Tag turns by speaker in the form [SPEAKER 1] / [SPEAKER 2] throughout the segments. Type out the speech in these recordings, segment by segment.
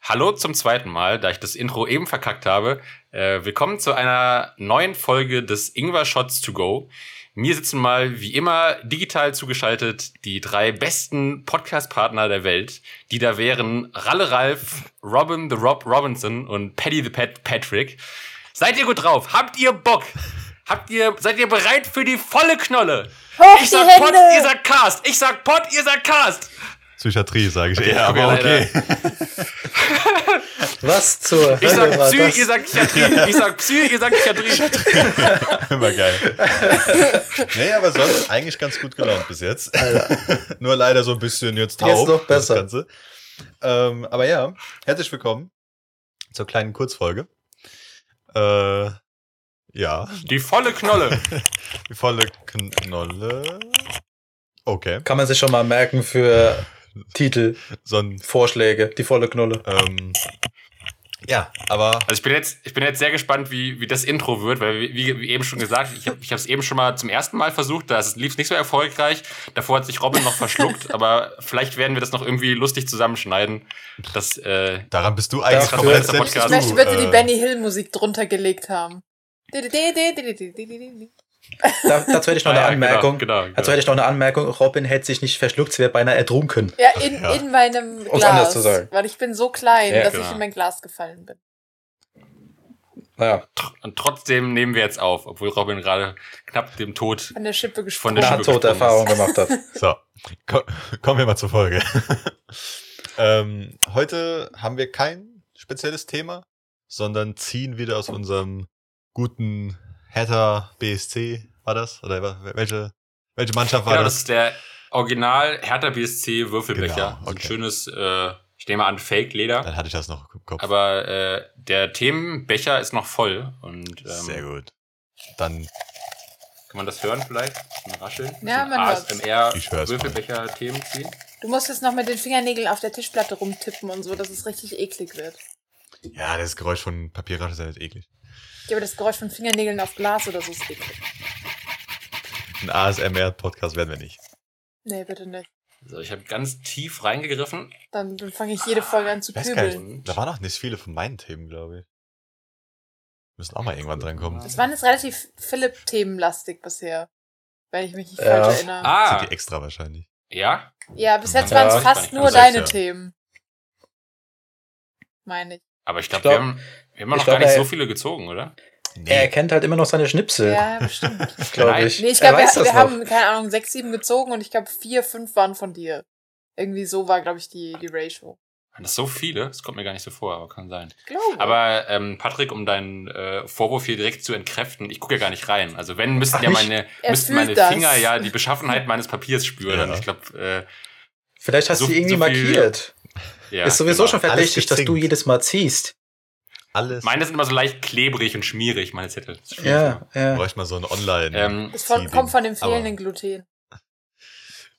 [SPEAKER 1] Hallo zum zweiten Mal, da ich das Intro eben verkackt habe. Äh, willkommen zu einer neuen Folge des Ingwer Shots to Go. Mir sitzen mal wie immer digital zugeschaltet die drei besten Podcast-Partner der Welt, die da wären Ralle Ralf, Robin the Rob Robinson und Paddy the Pat Patrick. Seid ihr gut drauf? Habt ihr Bock? Habt ihr, seid ihr bereit für die volle Knolle?
[SPEAKER 2] Hoch
[SPEAKER 1] ich
[SPEAKER 2] die
[SPEAKER 1] sag
[SPEAKER 2] Hände!
[SPEAKER 1] Pod, ihr sagt Cast. Ich sag Pod, ihr sagt Cast.
[SPEAKER 3] Psychiatrie, sage ich eher,
[SPEAKER 1] okay,
[SPEAKER 3] aber
[SPEAKER 1] leider.
[SPEAKER 3] okay.
[SPEAKER 2] Was zur
[SPEAKER 1] Ich sag
[SPEAKER 2] war
[SPEAKER 1] Psy,
[SPEAKER 2] das?
[SPEAKER 1] ihr sagt Psychiatrie. Ich sag Psy, ihr sagt Psychiatrie.
[SPEAKER 3] Immer geil. nee, aber sonst eigentlich ganz gut gelaunt bis jetzt. Nur leider so ein bisschen jetzt taub.
[SPEAKER 2] Jetzt noch besser.
[SPEAKER 3] Das Ganze. Ähm, aber ja, herzlich willkommen zur kleinen Kurzfolge. Äh, ja,
[SPEAKER 1] Die volle Knolle.
[SPEAKER 3] die volle Knolle. Okay,
[SPEAKER 2] Kann man sich schon mal merken für Titelvorschläge,
[SPEAKER 3] so ein,
[SPEAKER 2] die volle Knolle.
[SPEAKER 3] ähm, ja, aber
[SPEAKER 1] Also ich bin jetzt, ich bin jetzt sehr gespannt, wie, wie das Intro wird, weil wie, wie wie eben schon gesagt, ich habe ich es eben schon mal zum ersten Mal versucht, da ist- lief's nicht so erfolgreich. Davor hat sich Robin noch verschluckt, aber vielleicht werden wir das noch irgendwie lustig zusammenschneiden. Das, äh,
[SPEAKER 3] daran bist du eigentlich
[SPEAKER 2] Dafür-
[SPEAKER 3] komplett
[SPEAKER 1] Letzter
[SPEAKER 3] selbst.
[SPEAKER 1] Podcast.
[SPEAKER 3] du,
[SPEAKER 4] Vielleicht wird sie die
[SPEAKER 3] äh,
[SPEAKER 4] Benny Hill Musik drunter gelegt haben. Didididididididididi.
[SPEAKER 2] Da, dazu hätte ich noch eine
[SPEAKER 1] ah ja,
[SPEAKER 2] Anmerkung. Also
[SPEAKER 1] Genau, genau,
[SPEAKER 2] Dazu
[SPEAKER 1] genau.
[SPEAKER 2] hätte ich noch eine Anmerkung. Robin hätte sich nicht verschluckt, sie wäre beinahe ertrunken.
[SPEAKER 4] Ja, in,
[SPEAKER 3] Ja.
[SPEAKER 4] in meinem Glas.
[SPEAKER 2] Um's anders zu sagen.
[SPEAKER 4] Weil ich bin so klein,
[SPEAKER 2] Ja,
[SPEAKER 4] dass
[SPEAKER 1] genau.
[SPEAKER 4] ich in mein Glas gefallen bin.
[SPEAKER 1] Ah
[SPEAKER 2] Naja,
[SPEAKER 1] Und trotzdem nehmen wir jetzt auf, obwohl Robin gerade knapp dem Tod.
[SPEAKER 4] Von der Schippe
[SPEAKER 1] Von
[SPEAKER 4] gesprungen.
[SPEAKER 1] der
[SPEAKER 2] eine
[SPEAKER 1] Schippe.
[SPEAKER 2] Nahtoderfahrung gemacht hat.
[SPEAKER 3] So, ko kommen wir mal zur Folge. ähm, heute haben wir kein spezielles Thema, sondern ziehen wieder aus unserem guten Hatter BSC, war das? Oder wa- welche, welche Mannschaft war
[SPEAKER 1] Genau, das
[SPEAKER 3] das?
[SPEAKER 1] ist der Original Hertha BSC Würfelbecher.
[SPEAKER 3] Genau,
[SPEAKER 1] So ein
[SPEAKER 3] okay. Äh,
[SPEAKER 1] schönes, äh, ich nehme an, Fake-Leder.
[SPEAKER 3] Dann hatte ich das noch im Kopf.
[SPEAKER 1] Aber äh, der Themenbecher ist noch voll. Und, ähm,
[SPEAKER 3] Sehr gut. Dann,
[SPEAKER 1] Kann man das hören vielleicht? Ein Rascheln?
[SPEAKER 4] Ja,
[SPEAKER 1] Ein
[SPEAKER 4] man hört's.
[SPEAKER 1] ASMR
[SPEAKER 3] Ich hör's mal.
[SPEAKER 1] Würfelbecher Themen ziehen.
[SPEAKER 4] Du musst jetzt noch mit den Fingernägeln auf der Tischplatte rumtippen und so, dass es richtig eklig wird.
[SPEAKER 3] ja, das Geräusch von Papierraschen ist ja nicht eklig.
[SPEAKER 4] Ich habe das Geräusch von Fingernägeln auf Glas oder so ist eklig.
[SPEAKER 3] Ein ASMR-Podcast werden wir nicht.
[SPEAKER 4] Nee, bitte nicht.
[SPEAKER 1] So, ich habe ganz tief reingegriffen.
[SPEAKER 4] Dann, dann fange ich jede Folge an zu
[SPEAKER 3] Ich weiß gar
[SPEAKER 4] pübeln.
[SPEAKER 3] nicht, da waren noch nicht viele von meinen Themen, glaube ich. Müssen auch mal irgendwann drankommen.
[SPEAKER 4] Das waren jetzt relativ Philipp-themenlastig bisher. Wenn ich mich nicht
[SPEAKER 2] Ja.
[SPEAKER 4] falsch erinnere.
[SPEAKER 1] Ah,
[SPEAKER 3] Sind die extra wahrscheinlich.
[SPEAKER 1] ja?
[SPEAKER 4] Ja, bis jetzt
[SPEAKER 3] Ja.
[SPEAKER 4] waren es
[SPEAKER 1] Ja,
[SPEAKER 4] fast
[SPEAKER 1] kann
[SPEAKER 4] nur
[SPEAKER 3] sein,
[SPEAKER 4] deine
[SPEAKER 3] ja.
[SPEAKER 4] Themen. Meine ich.
[SPEAKER 1] Aber ich glaube,
[SPEAKER 2] Ich
[SPEAKER 1] wir
[SPEAKER 2] glaub-
[SPEAKER 1] haben, wir haben noch
[SPEAKER 2] ich glaub,
[SPEAKER 1] gar nicht
[SPEAKER 2] er-
[SPEAKER 1] so viele gezogen, oder?
[SPEAKER 2] Er
[SPEAKER 1] Äh,
[SPEAKER 2] erkennt halt immer noch seine Schnipsel,
[SPEAKER 4] Ja, bestimmt.
[SPEAKER 2] glaube
[SPEAKER 1] Nein.
[SPEAKER 2] ich.
[SPEAKER 4] Nee, ich
[SPEAKER 2] Er
[SPEAKER 4] glaube,
[SPEAKER 2] weiß
[SPEAKER 4] wir, wir
[SPEAKER 2] das
[SPEAKER 4] haben,
[SPEAKER 2] noch.
[SPEAKER 4] keine Ahnung, sechs, sieben gezogen und ich glaube, vier, fünf waren von dir. Irgendwie so war, glaube ich, die, die Ratio.
[SPEAKER 1] Waren das so viele? Das kommt mir gar nicht so vor, aber kann sein.
[SPEAKER 4] Ich Glaube.
[SPEAKER 1] Aber ähm, Patrick, um deinen äh, Vorwurf hier direkt zu entkräften, ich gucke ja gar nicht rein. Also wenn, müssten
[SPEAKER 2] Ach,
[SPEAKER 1] ja
[SPEAKER 2] nicht?
[SPEAKER 1] meine,
[SPEAKER 4] Er
[SPEAKER 1] müssten
[SPEAKER 4] fühlt
[SPEAKER 1] meine
[SPEAKER 4] das.
[SPEAKER 1] Finger ja die Beschaffenheit meines Papiers spüren.
[SPEAKER 3] Ja.
[SPEAKER 1] Und ich glaube,
[SPEAKER 2] Vielleicht hast
[SPEAKER 1] So-
[SPEAKER 2] du irgendwie
[SPEAKER 1] so viel-
[SPEAKER 2] markiert.
[SPEAKER 1] äh, ja.
[SPEAKER 2] ist sowieso schon
[SPEAKER 3] Alles
[SPEAKER 2] verdächtig, dass
[SPEAKER 3] gezinkt.
[SPEAKER 2] du jedes Mal ziehst.
[SPEAKER 3] Alles.
[SPEAKER 1] Meine sind immer so leicht klebrig und schmierig, meine Zettel. Das ist schwierig.
[SPEAKER 2] Ja, ja.
[SPEAKER 3] Bräuchte mal so ein Online.
[SPEAKER 1] Ähm,
[SPEAKER 4] Das von,
[SPEAKER 3] Sie
[SPEAKER 4] kommt
[SPEAKER 3] den-
[SPEAKER 4] von dem
[SPEAKER 3] aber-
[SPEAKER 4] fehlenden Gluten.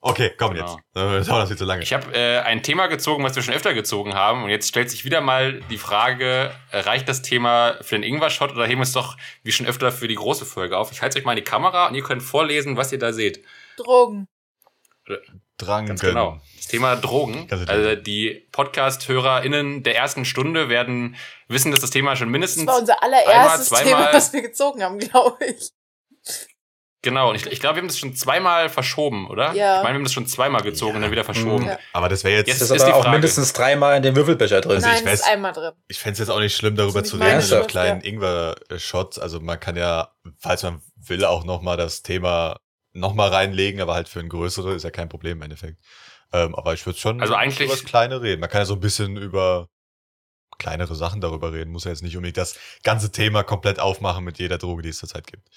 [SPEAKER 3] Okay, komm
[SPEAKER 1] Genau.
[SPEAKER 3] jetzt. Äh, Das dauert viel zu lange.
[SPEAKER 1] Ich habe äh, ein Thema gezogen, was wir schon öfter gezogen haben. Und jetzt stellt sich wieder mal die Frage, äh, reicht das Thema für den Ingwer-Shot oder heben wir es doch wie schon öfter für die große Folge auf? Ich halte euch mal in die Kamera und ihr könnt vorlesen, was ihr da seht.
[SPEAKER 4] Drogen.
[SPEAKER 3] Drangen.
[SPEAKER 1] Ganz genau. Das Thema Drogen.
[SPEAKER 3] Ganz genau.
[SPEAKER 1] Also die Podcast-HörerInnen der ersten Stunde werden wissen, dass das Thema schon
[SPEAKER 4] Das
[SPEAKER 1] mindestens
[SPEAKER 4] war unser allererstes
[SPEAKER 1] einmal, zweimal-
[SPEAKER 4] Thema, was wir gezogen haben, glaube ich.
[SPEAKER 1] Genau, und ich, ich glaube, wir haben das schon zweimal verschoben, oder?
[SPEAKER 4] Ja.
[SPEAKER 1] Ich meine, wir haben das schon zweimal gezogen und dann wieder verschoben.
[SPEAKER 2] Mhm.
[SPEAKER 4] Ja.
[SPEAKER 3] Aber das wäre jetzt,
[SPEAKER 2] Das
[SPEAKER 1] Jetzt-
[SPEAKER 2] ist,
[SPEAKER 1] ist die
[SPEAKER 2] aber auch
[SPEAKER 1] Frage.
[SPEAKER 2] mindestens dreimal in dem Würfelbecher drin.
[SPEAKER 3] Also
[SPEAKER 4] Nein,
[SPEAKER 3] ich
[SPEAKER 4] das ist
[SPEAKER 3] weiß-
[SPEAKER 4] einmal drin.
[SPEAKER 3] ich fände es jetzt auch nicht schlimm, darüber
[SPEAKER 4] Das ist
[SPEAKER 3] zu
[SPEAKER 4] nicht
[SPEAKER 3] reden,
[SPEAKER 2] meine
[SPEAKER 3] über
[SPEAKER 4] Schuld,
[SPEAKER 3] kleinen Ingwer-Shots. Also man kann ja, falls man will, auch nochmal das Thema nochmal reinlegen, aber halt für ein größere ist ja kein Problem im Endeffekt. Ähm, aber ich würde schon
[SPEAKER 1] Also eigentlich-
[SPEAKER 3] über das Kleine reden. Man kann ja so ein bisschen über kleinere Sachen darüber reden. Muss ja jetzt nicht unbedingt das ganze Thema komplett aufmachen mit jeder Droge, die es zurzeit gibt.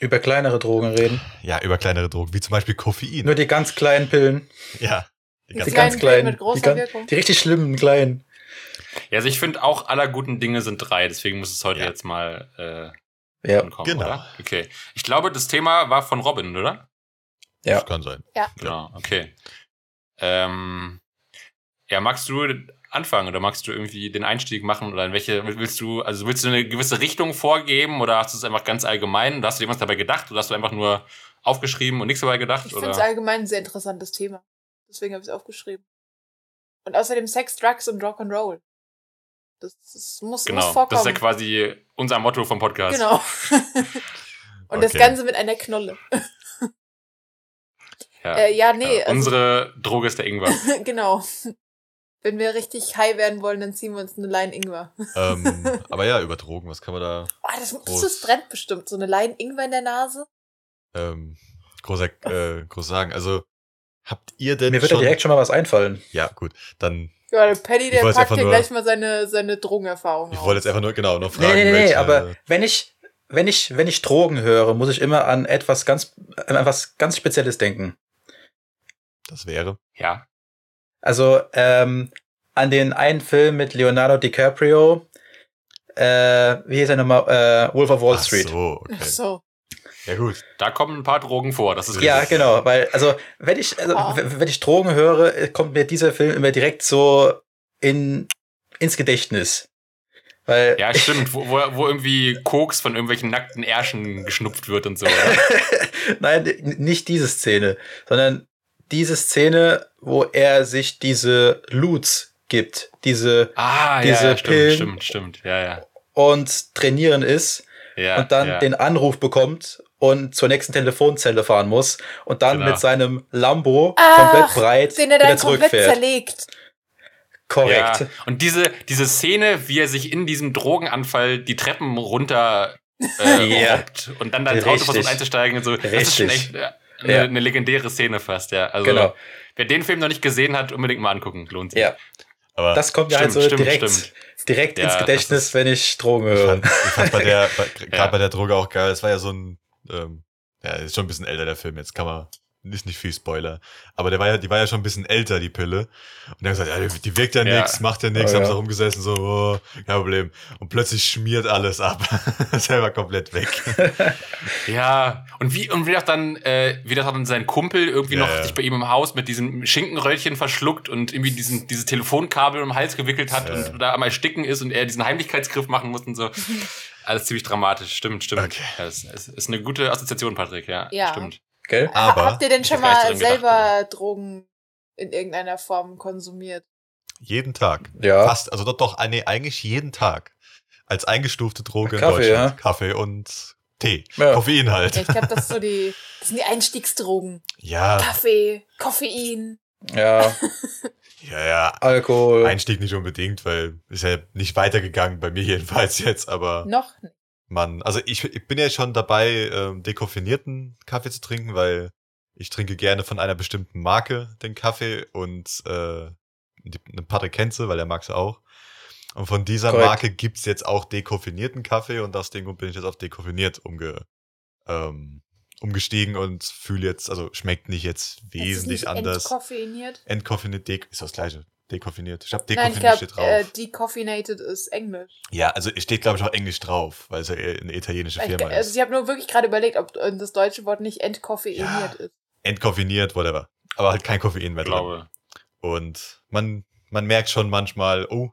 [SPEAKER 2] Über kleinere Drogen reden.
[SPEAKER 3] Ja, über kleinere Drogen, wie zum Beispiel Koffein.
[SPEAKER 2] Nur die ganz kleinen Pillen.
[SPEAKER 3] Ja. Die
[SPEAKER 4] Die
[SPEAKER 3] ganze-
[SPEAKER 2] Die
[SPEAKER 4] kleinen
[SPEAKER 2] ganz
[SPEAKER 4] Pillen
[SPEAKER 2] kleinen.
[SPEAKER 4] mit großer
[SPEAKER 2] die, gan-
[SPEAKER 4] Wirkung.
[SPEAKER 2] die richtig schlimmen kleinen.
[SPEAKER 1] Ja, also ich finde auch aller guten Dinge sind drei, deswegen muss es heute
[SPEAKER 3] Ja.
[SPEAKER 1] jetzt mal äh,
[SPEAKER 2] Ja,
[SPEAKER 1] ankommen,
[SPEAKER 3] Genau.
[SPEAKER 1] oder? Okay. Ich glaube, das Thema war von Robin, oder?
[SPEAKER 2] Ja.
[SPEAKER 3] Das kann sein.
[SPEAKER 1] Genau, okay. Ähm, ja, magst du anfangen oder magst du irgendwie den Einstieg machen oder in welche willst du, also willst du eine gewisse Richtung vorgeben oder hast du es einfach ganz allgemein? Oder hast du dir was dabei gedacht oder hast du einfach nur aufgeschrieben und nichts dabei gedacht?
[SPEAKER 4] Ich finde es
[SPEAKER 1] oder?
[SPEAKER 4] allgemein ein sehr interessantes Thema. Deswegen habe ich es aufgeschrieben. Und außerdem Sex, Drugs und Rock'n'Roll. Das, das muss, muss
[SPEAKER 1] Genau,
[SPEAKER 4] vorkommen.
[SPEAKER 1] das ist ja quasi unser Motto vom Podcast.
[SPEAKER 4] Genau. und das
[SPEAKER 3] Okay.
[SPEAKER 4] Ganze mit einer Knolle.
[SPEAKER 1] Ja.
[SPEAKER 4] Äh, ja, nee.
[SPEAKER 1] ja,
[SPEAKER 4] also,
[SPEAKER 1] unsere Droge ist der Ingwer.
[SPEAKER 4] genau. Wenn wir richtig high werden wollen, dann ziehen wir uns eine Line Ingwer.
[SPEAKER 3] ähm, aber ja, über Drogen, was kann man da?
[SPEAKER 4] Oh, das, das,
[SPEAKER 3] Groß.
[SPEAKER 4] das brennt bestimmt. So eine Line Ingwer in der Nase.
[SPEAKER 3] ähm, groß, äh, groß sagen. Also, habt ihr denn
[SPEAKER 2] Mir wird da
[SPEAKER 3] schon...
[SPEAKER 2] direkt schon mal was einfallen.
[SPEAKER 3] ja, gut, dann,
[SPEAKER 4] Ja, der Paddy, der
[SPEAKER 3] Ich wollt's
[SPEAKER 4] packt
[SPEAKER 3] einfach
[SPEAKER 4] hier
[SPEAKER 3] nur-
[SPEAKER 4] gleich mal seine, seine Drogenerfahrung
[SPEAKER 3] ich
[SPEAKER 4] aus.
[SPEAKER 3] wollte jetzt einfach nur, genau, noch
[SPEAKER 2] Nee,
[SPEAKER 3] fragen,
[SPEAKER 2] nee, nee, nee
[SPEAKER 3] welche-
[SPEAKER 2] aber wenn ich, wenn, ich, wenn ich Drogen höre, muss ich immer an etwas ganz, an etwas ganz Spezielles denken.
[SPEAKER 3] das wäre.
[SPEAKER 1] Ja.
[SPEAKER 2] Also ähm, an den einen Film mit Leonardo DiCaprio, äh, wie hieß er nochmal? Äh, Wolf of Wall
[SPEAKER 3] Ach
[SPEAKER 2] Street.
[SPEAKER 3] so,
[SPEAKER 4] Ach
[SPEAKER 3] okay.
[SPEAKER 4] so.
[SPEAKER 3] Ja, gut.
[SPEAKER 1] Da kommen ein paar Drogen vor, das ist
[SPEAKER 2] Ja,
[SPEAKER 1] richtig.
[SPEAKER 2] genau, weil also wenn ich also,
[SPEAKER 4] Ah.
[SPEAKER 2] w- wenn ich Drogen höre, äh, kommt mir dieser Film immer direkt so in ins Gedächtnis. Weil
[SPEAKER 1] Ja, stimmt, wo, wo, wo irgendwie Koks von irgendwelchen nackten Ärschen geschnupft wird und so. Oder?
[SPEAKER 2] Nein, n- nicht diese Szene, sondern diese Szene, wo er sich diese Loots gibt, diese
[SPEAKER 1] Ah,
[SPEAKER 2] Diese
[SPEAKER 1] ja, ja, stimmt,
[SPEAKER 2] Pillen.
[SPEAKER 1] stimmt, stimmt. Ja, ja.
[SPEAKER 2] und trainieren ist
[SPEAKER 1] ja
[SPEAKER 2] und dann
[SPEAKER 1] ja.
[SPEAKER 2] den Anruf bekommt und zur nächsten Telefonzelle fahren muss und dann
[SPEAKER 1] Genau.
[SPEAKER 2] mit seinem Lambo
[SPEAKER 4] Ach,
[SPEAKER 2] komplett breit
[SPEAKER 4] Den er
[SPEAKER 2] wieder
[SPEAKER 4] dann komplett
[SPEAKER 2] zurückfährt.
[SPEAKER 4] zerlegt.
[SPEAKER 2] Korrekt.
[SPEAKER 1] Ja. Und diese, diese Szene, wie er sich in diesem Drogenanfall die Treppen runter äh,
[SPEAKER 2] Ja.
[SPEAKER 1] robbt und dann da ins Auto
[SPEAKER 2] Richtig.
[SPEAKER 1] versucht einzusteigen und so. Das ist schon echt
[SPEAKER 2] Richtig.
[SPEAKER 1] äh, eine,
[SPEAKER 2] Ja.
[SPEAKER 1] eine legendäre Szene fast, ja. Also
[SPEAKER 2] Genau.
[SPEAKER 1] wer den Film noch nicht gesehen hat, unbedingt mal angucken, lohnt sich.
[SPEAKER 2] Ja.
[SPEAKER 3] Aber
[SPEAKER 2] Das kommt mir halt so
[SPEAKER 1] Stimmt, stimmt,
[SPEAKER 2] direkt,
[SPEAKER 1] stimmt.
[SPEAKER 2] direkt
[SPEAKER 1] Ja,
[SPEAKER 2] ins
[SPEAKER 1] das
[SPEAKER 2] Gedächtnis, wenn ich Drogen
[SPEAKER 3] ich
[SPEAKER 2] höre.
[SPEAKER 3] fand, ich fand bei der, bei- gerade
[SPEAKER 1] Ja.
[SPEAKER 3] bei der Droge auch geil. Es war ja so ein, ähm, ja, ist schon ein bisschen älter, der Film. Jetzt kann man, ist nicht viel Spoiler. Aber der war ja, die war ja schon ein bisschen älter, die Pille. Und dann gesagt, ja, die, die wirkt ja,
[SPEAKER 1] Ja.
[SPEAKER 3] nichts, macht ja nichts,
[SPEAKER 2] Oh,
[SPEAKER 3] haben
[SPEAKER 2] ja.
[SPEAKER 3] sie rumgesessen, so, oh, kein Problem. Und plötzlich schmiert alles ab. Selber komplett weg.
[SPEAKER 1] Ja, und wie, und wie das dann, äh, wie das dann sein Kumpel irgendwie
[SPEAKER 3] Ja,
[SPEAKER 1] noch
[SPEAKER 3] ja.
[SPEAKER 1] sich bei ihm im Haus mit diesem Schinkenröllchen verschluckt und irgendwie diesen, dieses Telefonkabel um den Hals gewickelt hat
[SPEAKER 3] Ja.
[SPEAKER 1] und da am Ersticken ist und er diesen Heimlichkeitsgriff machen muss und so. Alles ziemlich dramatisch, stimmt, stimmt.
[SPEAKER 3] Okay.
[SPEAKER 1] Ja, es, es ist eine gute Assoziation, Patrick, ja.
[SPEAKER 4] Ja.
[SPEAKER 1] Stimmt.
[SPEAKER 2] Gell?
[SPEAKER 4] Ha-
[SPEAKER 3] Aber-
[SPEAKER 4] Habt ihr denn
[SPEAKER 1] Ich
[SPEAKER 4] schon
[SPEAKER 1] hab gar nicht
[SPEAKER 4] mal
[SPEAKER 1] dran gedacht,
[SPEAKER 4] selber Drogen in irgendeiner Form konsumiert?
[SPEAKER 3] Jeden Tag.
[SPEAKER 2] Ja.
[SPEAKER 3] Fast, also doch, doch, ah, nee, eigentlich jeden Tag. Als eingestufte Droge
[SPEAKER 2] Kaffee,
[SPEAKER 3] in Deutschland.
[SPEAKER 2] ja.
[SPEAKER 3] Kaffee und Tee.
[SPEAKER 2] Ja.
[SPEAKER 3] Koffein
[SPEAKER 4] Ja,
[SPEAKER 3] halt.
[SPEAKER 4] ich glaube, das ist so die, das sind die Einstiegsdrogen.
[SPEAKER 3] Ja,
[SPEAKER 4] Kaffee, Koffein.
[SPEAKER 2] Ja,
[SPEAKER 3] ja, ja.
[SPEAKER 2] Alkohol.
[SPEAKER 3] Einstieg nicht unbedingt, weil ist ja nicht weitergegangen, bei mir jedenfalls jetzt, aber
[SPEAKER 4] Noch nicht.
[SPEAKER 3] man, also ich, ich bin ja schon dabei, ähm, dekoffinierten Kaffee zu trinken, weil ich trinke gerne von einer bestimmten Marke den Kaffee und äh, die, eine Patrick kennt sie, weil er mag sie auch. Und von dieser
[SPEAKER 2] Korrekt.
[SPEAKER 3] Marke gibt's jetzt auch dekoffinierten Kaffee und aus dem Grund bin ich jetzt auf dekoffiniert umge, ähm, umgestiegen und fühle jetzt, also schmeckt nicht jetzt wesentlich anders.
[SPEAKER 4] Koffeiniert.
[SPEAKER 3] Entkoffiniert, dek ist das gleiche. Dekoffiniert. Ich hab
[SPEAKER 4] Nein, ich
[SPEAKER 3] dekoffiniert
[SPEAKER 4] glaube,
[SPEAKER 3] steht drauf.
[SPEAKER 4] äh, decaffeinated ist Englisch.
[SPEAKER 3] ja, also es steht, glaube ich, auch Englisch drauf, weil es ja eher eine italienische
[SPEAKER 4] Ich,
[SPEAKER 3] Firma
[SPEAKER 4] also
[SPEAKER 3] ist.
[SPEAKER 4] ich habe nur wirklich gerade überlegt, ob äh, das deutsche Wort nicht entkoffeiniert ist.
[SPEAKER 3] Entkoffiniert, whatever. Aber halt kein Koffein mehr
[SPEAKER 1] Ich
[SPEAKER 3] drin.
[SPEAKER 1] glaube.
[SPEAKER 3] Und man, man merkt schon manchmal, oh,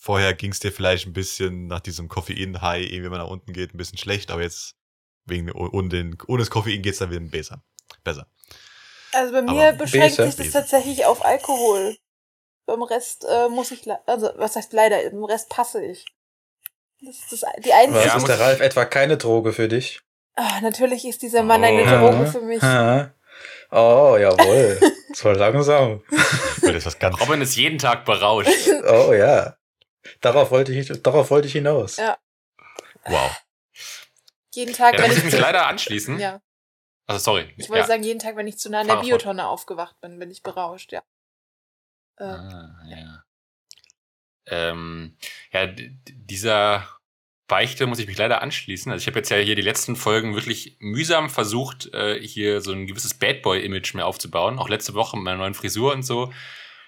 [SPEAKER 3] vorher ging es dir vielleicht ein bisschen nach diesem Koffein-High, irgendwie wenn man nach unten geht, ein bisschen schlecht, aber jetzt wegen, ohne, den, ohne das Koffein geht's dann wieder besser. Besser.
[SPEAKER 4] Also bei mir
[SPEAKER 3] Aber
[SPEAKER 4] beschränkt
[SPEAKER 2] Besa-
[SPEAKER 4] sich das
[SPEAKER 3] Besa.
[SPEAKER 4] tatsächlich auf Alkohol. Beim Rest äh, muss ich, le- also was heißt leider, im Rest passe ich. Das ist das, die einzige.
[SPEAKER 2] Was
[SPEAKER 1] Ja,
[SPEAKER 2] ist
[SPEAKER 1] muss-
[SPEAKER 2] der Ralf etwa keine Droge für dich?
[SPEAKER 4] Ah, natürlich ist dieser Mann eine
[SPEAKER 1] Oh.
[SPEAKER 4] Droge
[SPEAKER 2] Ja.
[SPEAKER 4] für mich.
[SPEAKER 2] Ha. Oh, jawohl. so langsam.
[SPEAKER 3] Weil das was ganz.
[SPEAKER 1] Robin ist jeden Tag berauscht.
[SPEAKER 2] Oh ja. Darauf wollte ich, darauf wollte ich hinaus.
[SPEAKER 4] Ja.
[SPEAKER 3] Wow.
[SPEAKER 4] Jeden Tag,
[SPEAKER 1] Ja, da
[SPEAKER 4] wenn
[SPEAKER 1] muss ich
[SPEAKER 4] ich
[SPEAKER 1] mich
[SPEAKER 4] zu,
[SPEAKER 1] leider anschließen.
[SPEAKER 4] ja,
[SPEAKER 1] Also sorry.
[SPEAKER 4] ich wollte
[SPEAKER 1] hm? ja.
[SPEAKER 4] sagen, jeden Tag, wenn ich zu nah an
[SPEAKER 1] Fahr
[SPEAKER 4] der
[SPEAKER 1] fort.
[SPEAKER 4] Biotonne aufgewacht bin, bin ich berauscht, ja. Äh,
[SPEAKER 1] Ah, ja. Ähm, ja, d- d- dieser Beichte muss ich mich leider anschließen. Also ich habe jetzt ja hier die letzten Folgen wirklich mühsam versucht, äh, hier so ein gewisses Bad Boy-Image mehr aufzubauen. Auch letzte Woche mit meiner neuen Frisur und so.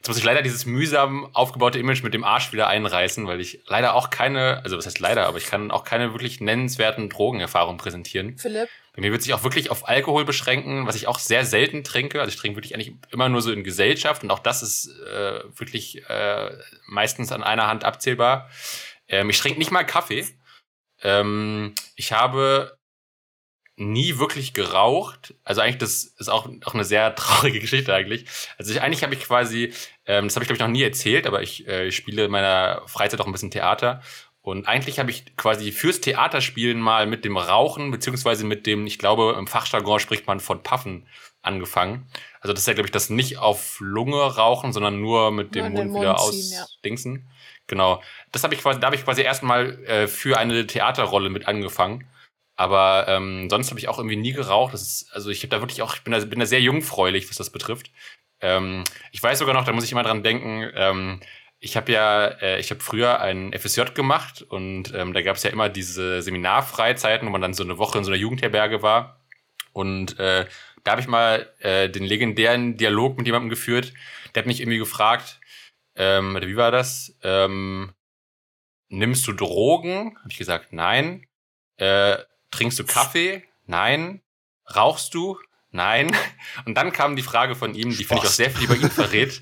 [SPEAKER 1] Jetzt muss ich leider dieses mühsam aufgebaute Image mit dem Arsch wieder einreißen, weil ich leider auch keine, also was heißt leider, aber ich kann auch keine wirklich nennenswerten Drogenerfahrungen präsentieren.
[SPEAKER 4] Philipp,
[SPEAKER 1] Bei mir wird sich auch wirklich auf Alkohol beschränken, was ich auch sehr selten trinke. Also ich trinke wirklich eigentlich immer nur so in Gesellschaft und auch das ist äh, wirklich äh, meistens an einer Hand abzählbar. Ähm, ich trinke nicht mal Kaffee. Ähm, ich habe nie wirklich geraucht. Also eigentlich, das ist auch, auch eine sehr traurige Geschichte eigentlich. Also ich, eigentlich habe ich quasi, ähm, das habe ich glaube ich noch nie erzählt, aber ich äh, spiele in meiner Freizeit auch ein bisschen Theater. Und eigentlich habe ich quasi fürs Theaterspielen mal mit dem Rauchen, beziehungsweise mit dem, ich glaube, im Fachjargon spricht man von Puffen angefangen. Also das ist ja, glaube ich, das nicht auf Lunge rauchen, sondern nur mit dem
[SPEAKER 4] Nur in
[SPEAKER 1] Mund,
[SPEAKER 4] den
[SPEAKER 1] wieder
[SPEAKER 4] Mund ziehen, ja.
[SPEAKER 1] ausdingsen. Genau. Das habe ich quasi, da habe ich quasi erstmal äh, für eine Theaterrolle mit angefangen. Aber ähm, sonst habe ich auch irgendwie nie geraucht. Das ist, also ich habe da wirklich auch, ich bin da, bin da sehr jungfräulich, was das betrifft. Ähm, ich weiß sogar noch, da muss ich immer dran denken, ähm, ich habe ja, äh, ich habe früher ein FSJ gemacht und ähm, da gab es ja immer diese Seminarfreizeiten, wo man dann so eine Woche in so einer Jugendherberge war. Und äh, da habe ich mal äh, den legendären Dialog mit jemandem geführt. Der hat mich irgendwie gefragt, ähm, warte, wie war das? Ähm, nimmst du Drogen? Habe ich gesagt, nein. Äh, trinkst du Kaffee? Nein. Rauchst du? Nein. Und dann kam die Frage von ihm, die finde ich auch
[SPEAKER 3] Spaß.
[SPEAKER 1] sehr viel über ihn verrät.